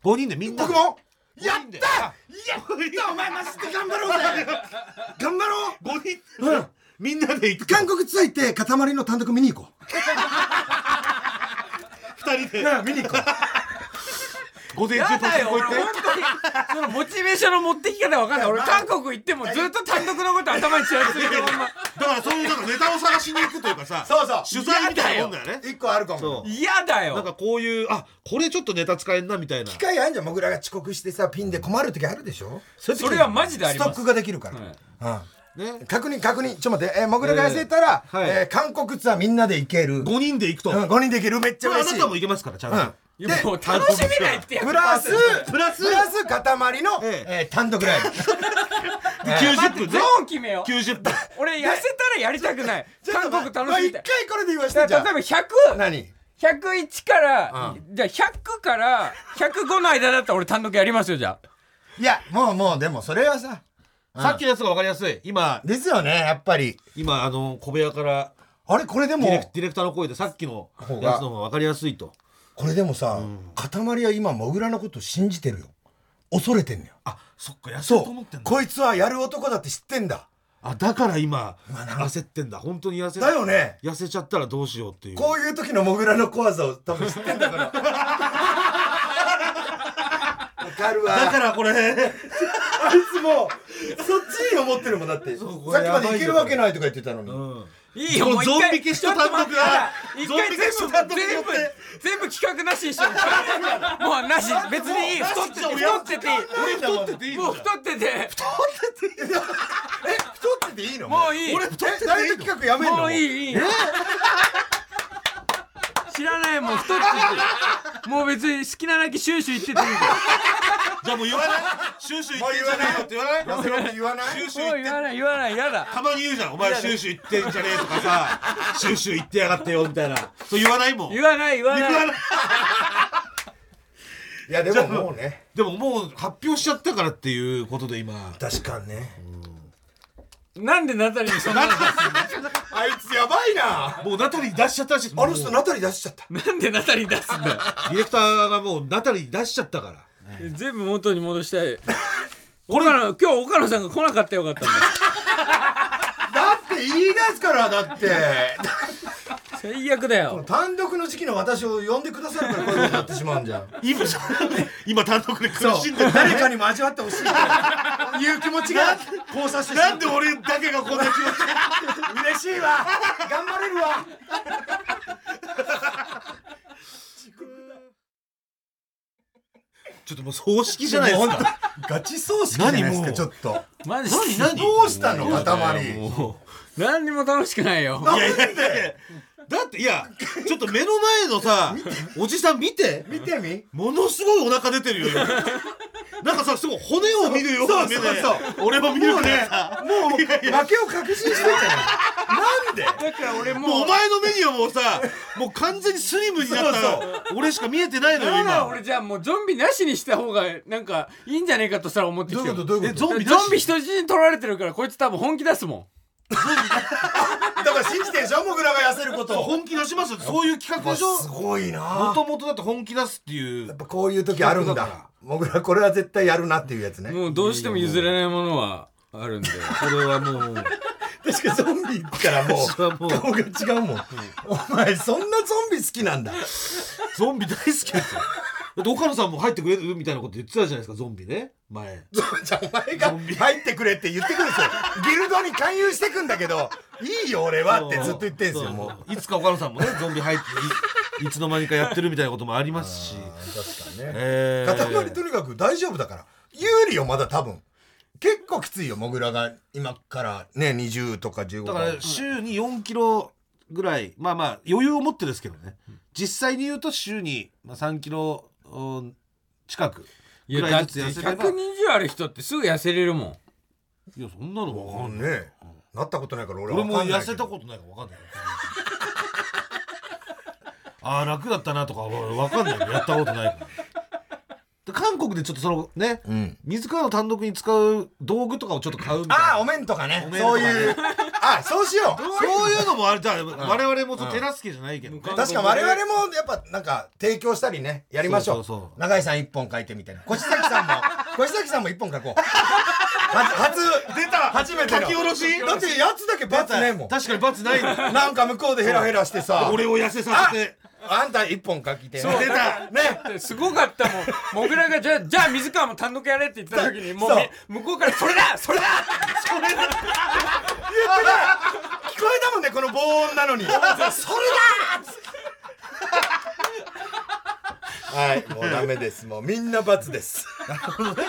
5人でみんな
僕も
やったやったお前マジで頑張ろ うぜ
頑張ろう
5人、みんなで行く
韓国ツアー行って塊の単独見に行こう
2人で
見に行こう
午前
や
中
だ よ
こ
俺本当にそのモチベーションの持ってき方わかんない俺韓国行ってもずっと単独のこと頭にちらついてるまんま
だからそういうなんかネタを探しに行くというかさ
そうそう
取材みたいなもんだよね
一個あるかも
そう
嫌だ
なん
よ
かこういうあこれちょっとネタ使えんなみたいな
機会あるんじゃんもぐらが遅刻してさピンで困る時あるでしょそ
それはマジであり
スト
ま
ッ
す
クができるから、うん
ね
確認確認ちょっと待って、えー、もぐらが痩せたら、
えーはい
えー韓国ツアーみんなで行ける、うん、
5人で行くと、
5人で行けるめっちゃ
あ
嬉し
ないたも行けますからちゃん
うん
と、
いやもう楽しめないってやつ
プ ラス、
プラス
プラス塊の、
え
えー単独ライブ。
90
待っ
分
てゾ
ね
ーン決めよう
90分
俺痩せたらやりたくない 韓国楽しみた
まあ
い
一回これで言わせ
だ
て、
か
じゃ
ら
あ
例えば100
何
101から、
う
じゃあ100から105の間だったら俺単独やりますよじゃあ
いや、もうもう、でもそれはさ、
さっきのやつが分かりやすい今
ですよね、やっぱり。
今あの小部屋から
あれ、これで
ディレク
も、
ディレクターの声でさっきのやつの方が分かりやすいと
これでもさ、塊は今、もぐらのこと信じてるよ。恐れてんのよ。
あそっか痩せると
そ
思ってん
う。
だ
こいつはやる男だって知ってんだ。
あだから今
わなんか
焦ってんだ本当に痩せ
だよね
痩せちゃったらどうしようっていう
こういう時のもぐらの怖さを多分知ってんだから。わかるわ。
だからこれ
あいつも、そっちに思ってるもんだって。さっ
う
き
これ
までいけるわけないとか言ってたのに。
いいよもう一
ゾン
回
ビ消しと単独が
ちょっと
ゾン
待
ビ
って
消しと
一回
単
全部全部全
独によって
部企画なしにしてるもうな し別にいい太ってて太っててい
俺太って
いもう太ってて
え、太ってていいの
もういい
俺太ってていいのダイエット企画やめんの
もういいいい知らないもう太っててもう別に好きなだけシューシュー言ってていいんだよ
じゃあもう言わないシューシュー
も
言
う
ってん
言
じ
わ
ゃね
ない
えよって言わない
痩せろって言わない
シューシュー
もう言
言って
わない言わないやだ
たまに言うじゃんお前シューシュー言ってんじゃねえとか さシューシュー言ってやがってよみたいなそう言わないもん
言わない言わ
言わ
ない
ない
いや、でももうね。
でももう発表しちゃったからっていうことで今
確かにね。
なんでナタリーにそんなの
あいつやばいな。
もうナタリー出しちゃったらしい
あの人、
もう
ナタリー出しちゃった。
なんでナタリー出すんだよ
ディレクターがもうナタリー出しちゃったから
全部元に戻したいこれ今日岡野さんが来なかったらよかったんだよ
だって言い出すから、だ って。
最悪だよ
単独の時期の私を呼んでくださるからこういうことになってしまうんじゃん。
今今単独で苦
そう
しんでる
誰かにも味わってほしいという気持ち が交差してしまう
なんで俺だけがこんな気持ち
嬉しいわ頑張れるわ
ちょっともう葬式じゃないです
もう
か。
本当ガチ葬式じゃないです
何
か
もう
ちょっと
マジ
どうしたの塊
も
何にも楽しくないよ
ういやいやいやいやだっていやちょっと目の前のさおじさん見て
見てみ
ものすごいお腹出てるよ今なんかさすごい骨を見るような目で
そうそう
俺も見るからさ
もう負けを確信してんじゃんなんで
だから俺も
もうお前の目にはもうさもう完全にスリムになっ
そ
た俺しか見えてないのよ
なら
今
俺じゃあもうゾンビなしにした方がなんかいいんじゃねえかとさら思ってきてる
どういうこと
ゾンビ
ゾンビなし
人質に取られてるからこいつ多分本気出すもん
だから信じてんじゃんもぐらが痩せること
本気出しますよそういう企画でしょ
すごいな
もともとだって本気出すってい
やっ
う
ぱこういう時あるん
だ
だ
か
もぐらこれは絶対やるなっていうやつね
もうどうしても譲れないものはあるん で
これはもう
確かにゾンビからもう
私はもう
顔が違うもんお前そんなゾンビ好きなんだ
ゾンビ大好きですよ。だって岡野さんも入ってくれるみたいなこと言ってたじゃないですか、ゾンビね。前。
ゾンじゃあお前が入ってくれって言ってくるんですよギルドに勧誘してくんだけどいいよ俺はってずっと言ってんすよ
そう
もう
いつか岡野さんもね、ゾンビ入ってい、 いつの間にかやってるみたいなこともありますし。
確かにね
え
塊とにかく大丈夫だから有利よまだ多分結構きついよもぐらが今からね20とか15
だ
と
か
から
週に4キロぐらい、まあまあ余裕を持ってですけどね。実際に言うと週にまあ3キロうん近く
い
ぐ
や
ら
だ
い
っ
ず
て
つ痩せれば。い
120ある人ってすぐ痩せれるもん
や、そんなのわかんない。
ねなったことないから俺は
俺
分
も
かんな
痩
いけど
せたことないからわかんない。 ああ楽だったなとかわかんない。やったことないから。で韓国でちょっとそのね、
うん
水川の単独に使う道具とかをちょっと買うみたいな。
ああお面とかね
お面とか
そう
ね
いうあそうしよう
そういうのもあれじゃあ我々もちょっと手助けじゃないけどね。
うん
確か我々もやっぱなんか提供したりねやりましょう
そうそうそう
永井さん一本書いてみたいな越崎さんも 越崎さんも一本書こう初初出た初めての
書き下ろし
だってやつだけ罰ねえもん
確かに罰ない の。
なんか向こうでヘラヘラしてさ
俺を痩せさせて。
あんた一本書きて
出た。
ね
だってすごかった もんもぐらがじゃあじゃあ水川も単独やれって言った時にもう
そう
み向こうからそれだそれだ
聞こえたもんねこの防音なのにそれだはいもうダメですもうみんな罰ですなるほどね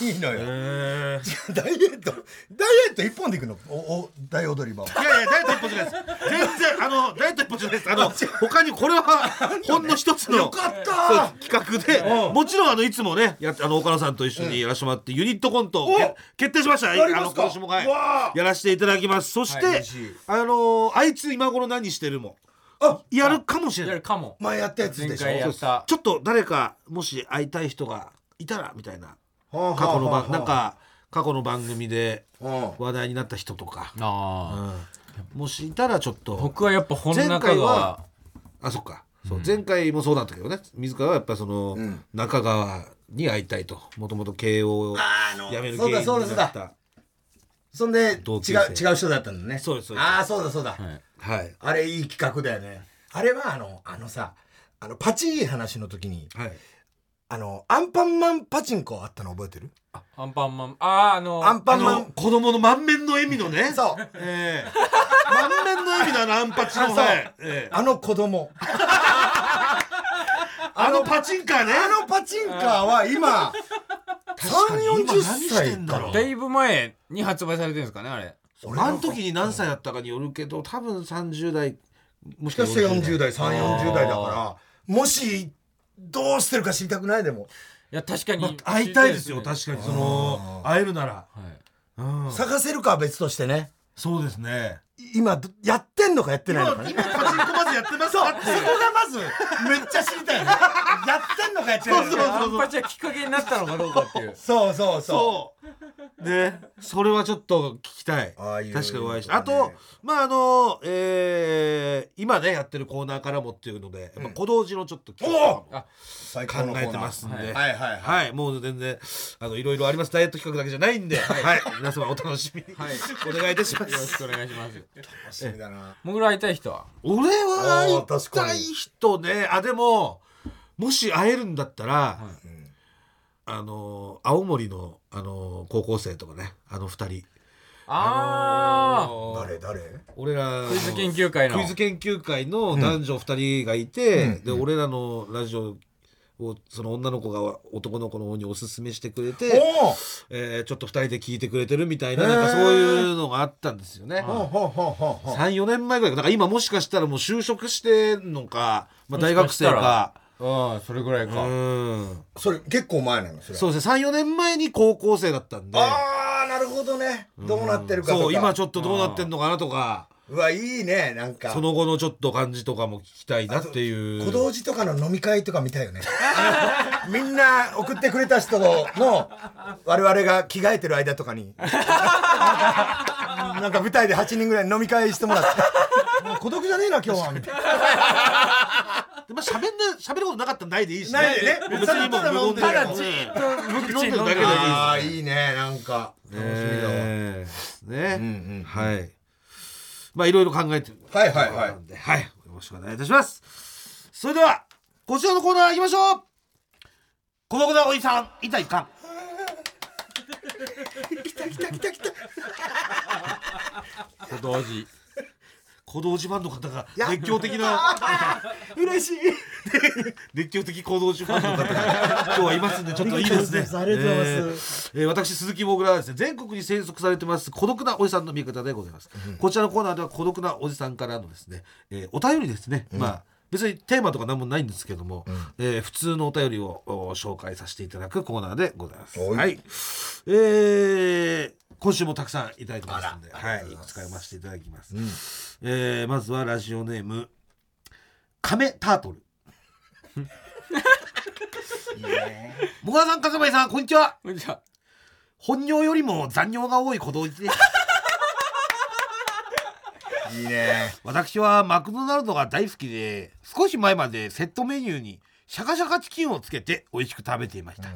いいのよ。
え
違うダイエット、ダイエット一本でいくのお、お、大踊り場。
いやいや、ダイエット一歩じゃないです。全然、あの、ダイエット一歩じゃないです。あの、他にこれは、ほんの一つの。
よかった
そう企画で、もちろん、あの、いつもね、やっあの、岡野さんと一緒にやらせてもらって、ユニットコントをけ、決定しました。
やり
あ
ま
の、
すか
今年も、は
わあ
い、やらせていただきます。そして、
はい嬉しい
あのー、あいつ今頃何してるも、
あ、
やるかもしれ
や
な
る
い。
かも
前やったやつで
前
しょ。
回やった
ちょっと誰か、もし会いたい人がいたら、みたいな。
はあ
過去の
はあは
番、
あ
なんか、過去の番組で
うん
話題になった人とか、
ああ
うんもしいたらちょっと。
僕はやっぱ本
前
中
回
川
はあそっか、そう前回もそうだったけどね水川はやっぱりその、中川に会いたいともともと慶応を
あーあの
辞める
そうだ
芸人になっ
そうだ
た
そんで、違う、
同級生
違う人だったんだね。
そうですそうです
ああ、そうだそうだ。
はい
はい
あれいい企画だよね。あれはあの、あのさ、あの、パチいい話の時に、
はい
あの、アンパンマンパチンコあったの覚えてる
アンパンマンあああの
アンパ
あ
ンマ
の
ン。
子供の満面の笑みのね
そう。
ええ満面の笑みのあのアンパチの
そう
はいええ
あの子供。
あのパチンカーね
あのパチンカーは今、3、40歳
だ
から
ろ
だいぶ前に発売されてるんですかねあれ
あの時に何歳だったかによるけど多分30代もし
しかして40代、3、40代だ
あ
から、もし、どうしてるか知りたくないでも、
いや確かに、
会いたいですよ
知り
確かにその会えるなら、
たいですね
うん、
探せるかは別としてね、
そうですね
今、どやってんのかやってないのか
今
ね。
今パチンコまずやってますかっていう
そこがまず、めっちゃ知りたいよ ね。やってんのかやってないの
そうそう
か。
はいアンパチはきっかけになったのかどうかっていう
そうそうそう。
そう。ね。それはちょっと聞きたい。
ああいう
確かにお会いした。
ね
あと、まあ、あの、えー今ね、やってるコーナーからもっていうので、やっぱ小道寺のちょっと企画とか
最
も考えてますんで。
はいはいはい。
はい。もう全然、あの、いろいろあります。ダイエット企画だけじゃないんで、はい。皆様お楽しみに。
はい
お願いいたしま
よろ
す。
しくお願いします
楽しみだな。
もぐら会いたい人は
俺は
ああ
会い
確か
た
に
い人ね。あ、でも、もし会えるんだったら、あの、青森の、あの、高校生とかね、あの二人。
ああ
誰誰
俺ら
クイズ研究会の
クイズ研究会の男女2人がいて、で俺らのラジオをその女の子が男の子の方におすすめしてくれて、
お
えーちょっと2人で聞いてくれてるみたいななんかそういうのがあったんですよね。
おほうほうほうほう。
34年前ぐらいかだから今もしかしたらもう就職してんのか、まあ、大学生か
うんそれぐらいか
うん
それ結構前なのそれ。
そうですね34年前に高校生だったんで
ああ、なるほどね。どうなってるかとか。
そう今ち
ょっ
ょっとどうなってんのかなとか
と。うわ、いいね。なんか。
その後のちょっと感じとかも聞きたいなっていう
小道寺とかの飲み会とか見たいよね。あの みんな送ってくれた人の、我々が着替えてる間とか に、なんか舞台で8人ぐらい飲み会してもらって、もう孤独じゃねえな、今日は、みたいな。
でまあ、喋んな、喋ることなかったらないでいいしね。
ないでね
もう別にもう無言で。
ただ
もう
じ
ね
無
口に飲んでるだけでいいです
ああ、いいね、なんか。楽しみだわ。
えーね、
んうんうん
はい。まあ、いろいろ考えてる。
はいはいはい
なんではい。よろしくお願いいたします。それでは、こちらのコーナー行きましょう孤独なおじさん、いたいかん。
来た来た来た。
と同時
小道寺ファンの方が熱狂的 な、
嬉しい。
熱狂的小道寺ファンの方が今日はいますん で、ちょっといいですね。。
ありがとうございますありがとうございます
えー私、鈴木もぐらはですね、全国に生息されてます孤独なおじさんの見方でございます。こちらのコーナーでは孤独なおじさんからのですね、えーお便りですね。まあ別にテーマとか何もないんですけども、えー普通のお便りをお紹介させていただくコーナーでございます。
おい
はい。えー今週もたくさんいただいてますので、
あら
は
あ
い、
り
い
がとうござい
くつか読
ます
ませていただきます。えーまずはラジオネーム、亀タートル。もぐらさん、かずまいさん、こんにちは。
じゃあ
本業よりも残業が多い小道寺です。
いいね。
私はマクドナルドが大好きで、少し前までセットメニューにシャカシャカチキンをつけて美味しく食べていました。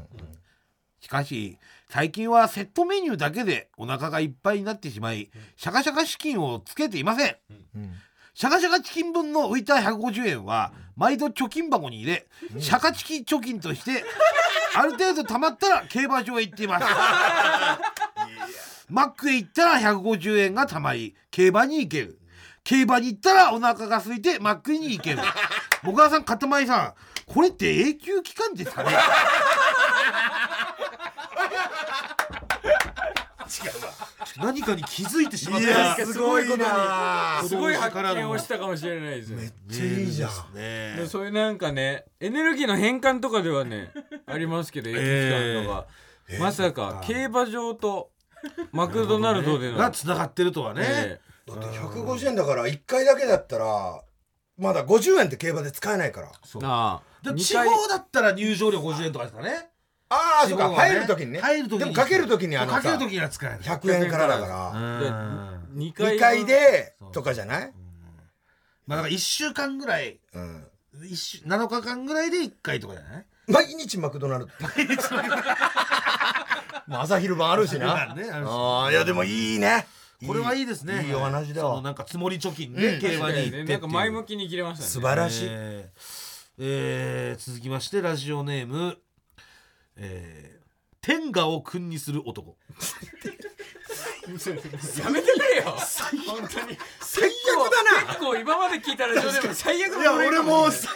しかし、最近はセットメニューだけでお腹がいっぱいになってしまい、シャカシャカチキンをつけていません。シャカシャカチキン分の浮いた150円は、毎度貯金箱に入れ、シャカチキ貯金として、ある程度貯まったら競馬場へ行っています。マックへ行ったら150円が貯まり、競馬に行ける。競馬に行ったらお腹が空いてマックに行ける。もぐらさん、かたまりさん、これって永久期間ですかね何かに気づいてしまっ
い
た
や
す
す
ご
ご
い
い
ことに
な
すごい発見をしたかもしれないですよ
めっちゃいいじゃん
ね
でそういうなんかねエネルギーの変換とかでは ねありますけど、エクスタとかまさか競馬場とマクドナルドでの、
が繋がってるとはね、
え
だって150円だから1回だけだったらまだ50円って競馬で使えないから
えなあ
で
二
地
回
方だったら入場料50円とかですかね
ああ
地
そう
方は
か
ね
入る時にね
入る時に
でもかける時にあの
かける
さ
時には使えない
100円からだから
うん
二回
2回でとかじゃない
まあだから1週間ぐらい
うん
一週7日間ぐらいで1回とかじゃない
毎日マクドナルド。もう朝昼晩あるし
ま
な。
あねあるし
ああ、いやでもいいね。
これはいいですね
いいお話だ
その
わ。
なんか積もり貯金で競馬に行ってっていう
なんか前向きに切れましたね
素晴らしい。
えーえー続きましてラジオネーム、えー天下を君にする男
やめてくれよ本当に
最悪だな。
結構今まで聞いたらでも最悪の
いや、
俺
俺もうさ、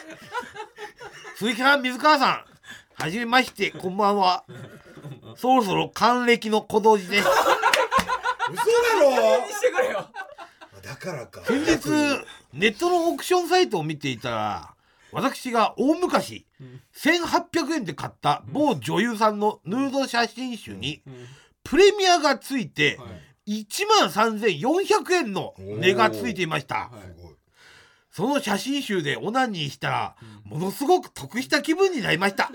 鈴木さん水川さんはじめましてこんばんはそろそろ還暦の小道寺です
嘘だろ
に。してくれよ
だからか。
先日ネットのオークションサイトを見ていたら私が大昔1800円で買った某女優さんのヌード写真集にプレミアがついて1万3400円の値がついていました
おー
すごい
その写真集でオナニーしたらものすごく得した気分になりました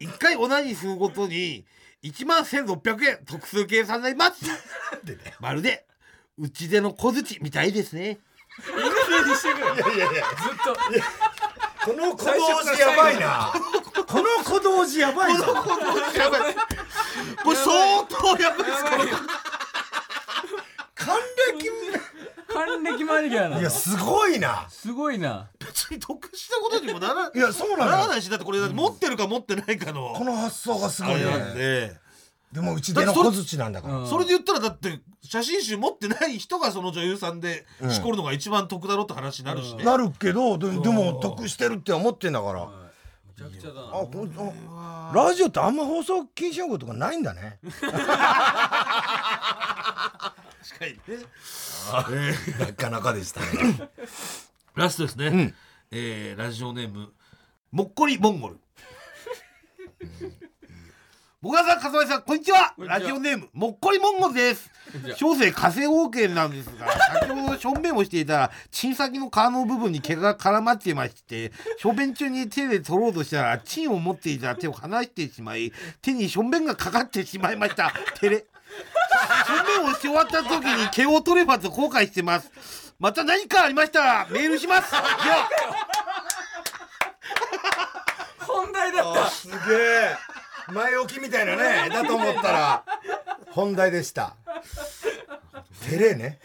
一回オナニーするごとに1万1600円得数計算になります
でね
まるでうちでの小槌みたいですね
犬にしてくれよずっ
いやいや、
と
この小道寺やばいな。この小道寺やばいな。
やばいこれ相当やばいですこれ
還
還暦マニア
暦。
ない
や、すごいな。
すごいな
別に得したことにもなら
いや、そう
な
な
ら
のよ。
ないしだってこれだって持ってるか持ってないかの
この発想がすご
あ
い
れなん
ね。
で
でもうちでの小槌なんだから。
それで言ったらだって写真集持ってない人がその女優さんでしこるのが一番得だろって話になるしね
なるけど、ででも得してるって思ってんだから。
めちゃくちゃだな
あ、ほんと。ラジオってあんま放送禁止用語とかないんだね。
確かにね
なかなかでしたね。
ラストですね、えーラジオネームもっこりモンゴル僕はさん、かさまりさん、こんにちは
んにちは
ラジオネーム、もっこりモンゴルです
んにちは
小生火星王権なんですが、先ほどしょんべんをしていたら、チン先の皮の部分に毛が絡まっていまして、しょんべん中に手で取ろうとしたら、チンを持っていた手を離してしまい、手にしょんべんがかかってしまいました。てれ。正面をして終わった時に毛を取ればと後悔してます。また何かありましたらメールします。では
本題だった
すげえ。前置きみたいなね。だと思ったら、本題でした。照れね。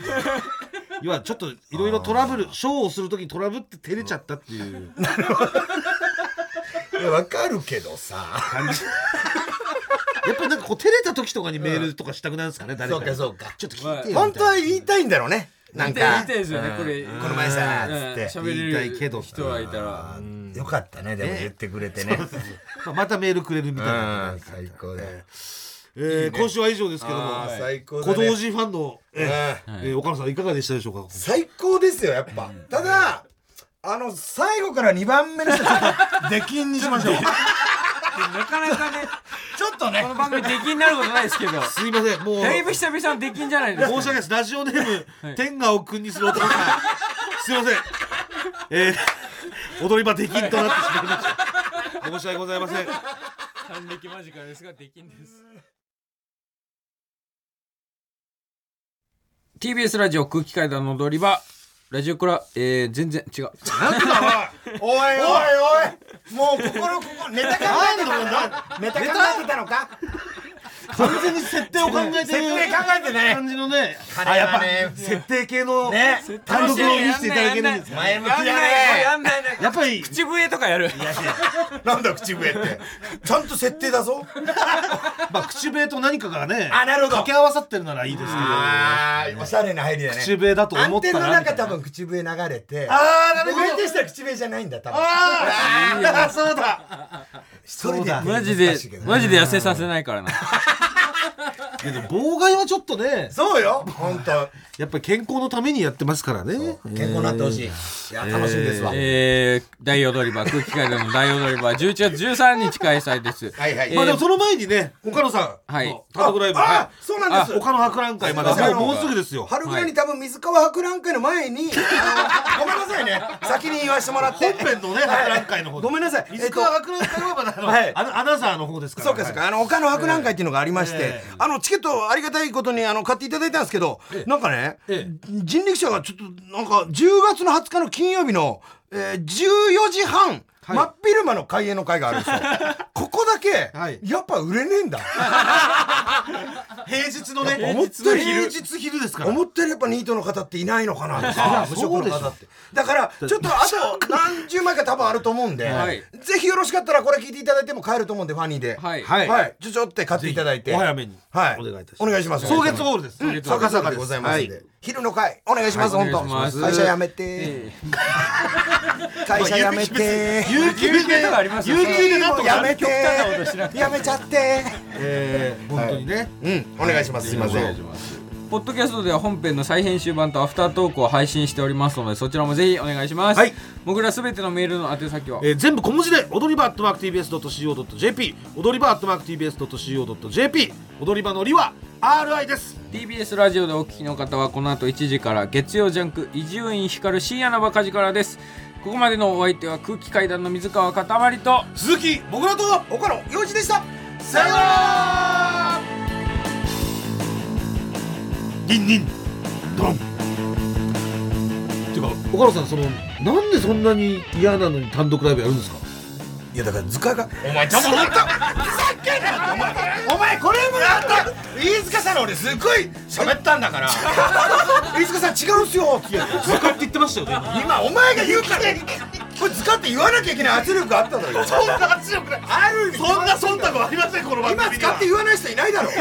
要はちょっといろいろトラブル、ショーをする時にトラブって照れちゃったっていう。
いやわかるけどさ。
やっぱりなんかこう照れた時とかにメールとかしたくなるんですかね、誰かに。
そうか。
ちょっと聞いてよ。
本当は言いたいんだろうね。なん
言いた
か
い、ですよねこれこ
この前さ、つっ
喋れ
言いたいけ
る
ど
人がいたら
て。よかったね。でも言ってくれてね。
まあまたメールくれるみたいな。
うん最高だよ。
えー今週は以上ですけども、
あー最高
小
だね
道寺ファンの、え
うん
ーえー岡野さんいかがでしたでしょうか
最高ですよ、やっぱ。ただ、あの、最後から2番目の人、ちょっと、出 禁にしましょう。
なかなかね
ちょっとね
この番組出禁になることないですけど
すいません、もう。
だいぶ久々の出禁じゃないです
申
か
し訳ないです。ラジオネーム、天下を君にする男さん。すいません。えー、踊り場できんとなってしまいました。申し訳ございません。
還暦間近ですが出禁です TBS ラジオ空気階段の踊り場ラジオクラえー、全然違う
おいおいおいもう心ここネタ考えてたのかネタ考えてたのか
完全に設定を考えてる。
設定考えてね
感じのね。あ、
彼
やっ
は
ぱ
ね、
設定系の、
ね
単独を見せていただけるんですね
前向き
やんないや
だね
んないね
やっぱり、
口笛とかやる
なんだ口笛ってちゃんと設定だぞ
まあ、口笛と何かがね、
あなるほど
掛け合わさってるならいいですけど。
あーおしゃれな入りだね
口笛だと思ったら
暗転の中多分口笛流れて
あーなるほど
で上手したら口笛じゃないんだ多分
あーあー、そうだ。
一人でやってるの
マ
難
ジで
しいけどね
マジで痩せさせないからな
けど妨害はちょっとね
そうよ本当
やっぱり健康のためにやってますからね
健康になってほしい、いや楽しみですわ、
えー、大踊り場空気階段の大踊り場11月13日開催です
はいはい、
えー
まあでもその前にね岡野さん
はい
の単独ライブね
ああそうなんです
岡野博覧会ま
あ
で
の
もうもうすぐですよ
春ぐらいに多分水川博覧会の前に、あのごめんなさいね先に言わせてもらって
本編のね博覧会の方
ごめんなさい
水川博覧会はまだあの
はい
あのアナウンサーの方ですから
そうかそうか、あの丘の博覧会っていうのがありまして、
え
あのチケットありがたいことにあの買っていただいたんですけど、なんかね、
ええ
人力車がちょっとなんか10月の20日の金曜日の、えー、14時半、真っ昼間の開演の会がある んですよここだけ、
はい
やっぱ売れねえんだ
平日のね
や思ったより
平日昼ですから
思ったよりやっぱニートの方っていないのかなと
い
か
や
無職
そう
の
でしょ
方ってだからちょっとあと何十枚か多分あると思うんで、
はい
ぜひよろしかったらこれ聞いていただいても買えると思うんでファニーでは
はい
はい、
はい
ちょちょって買っていただいて
お早めに
はい
お願いいたします
お願いします
草月ホールです
ん
サカサカでございますんで、
はい
昼の会お願いします、
はい
本
お願いし
当
ます
会社辞めて、
え
会社辞めて
有給
有給とかありますよ
有給でなんとか
やめて
極端なことしなくて
やめちゃって
えー本当にね
うんお願いしますすいませ
お願い
ん
します
ーポッドキャストでは本編の再編集版とアフタートークを配信しておりますのでそちらもぜひお願いします、
はい、
僕らすべてのメールの宛先は
えー全部小文字で踊り場 atmarktvs.co.jp 踊り場 atmarktvs.co.jp 踊り場のりは RI です
TBS ラジオでお聞きの方はこの後1時から月曜ジャンク伊集院光る深夜のバカ力ですここまでのお相手は空気階段の水川かたまりと
鈴木もぐらと
岡野洋二でした
さよならニンニンドンてか岡野さんそのなんでそんなに嫌なのに単独ライブやるんですか
いやだから図鑑が
お前ちょっと
お前これもやった飯塚さんの俺すごい喋ったんだから 飯塚さん違うんすよっ て
ずかって言ってましたよね
今お前が言うから これ図鑑って言わなきゃいけない圧力があっただろ
そんな圧力ない
ある
そんな忖度はありませんこの番組
今
には
使って言わない人いないだろ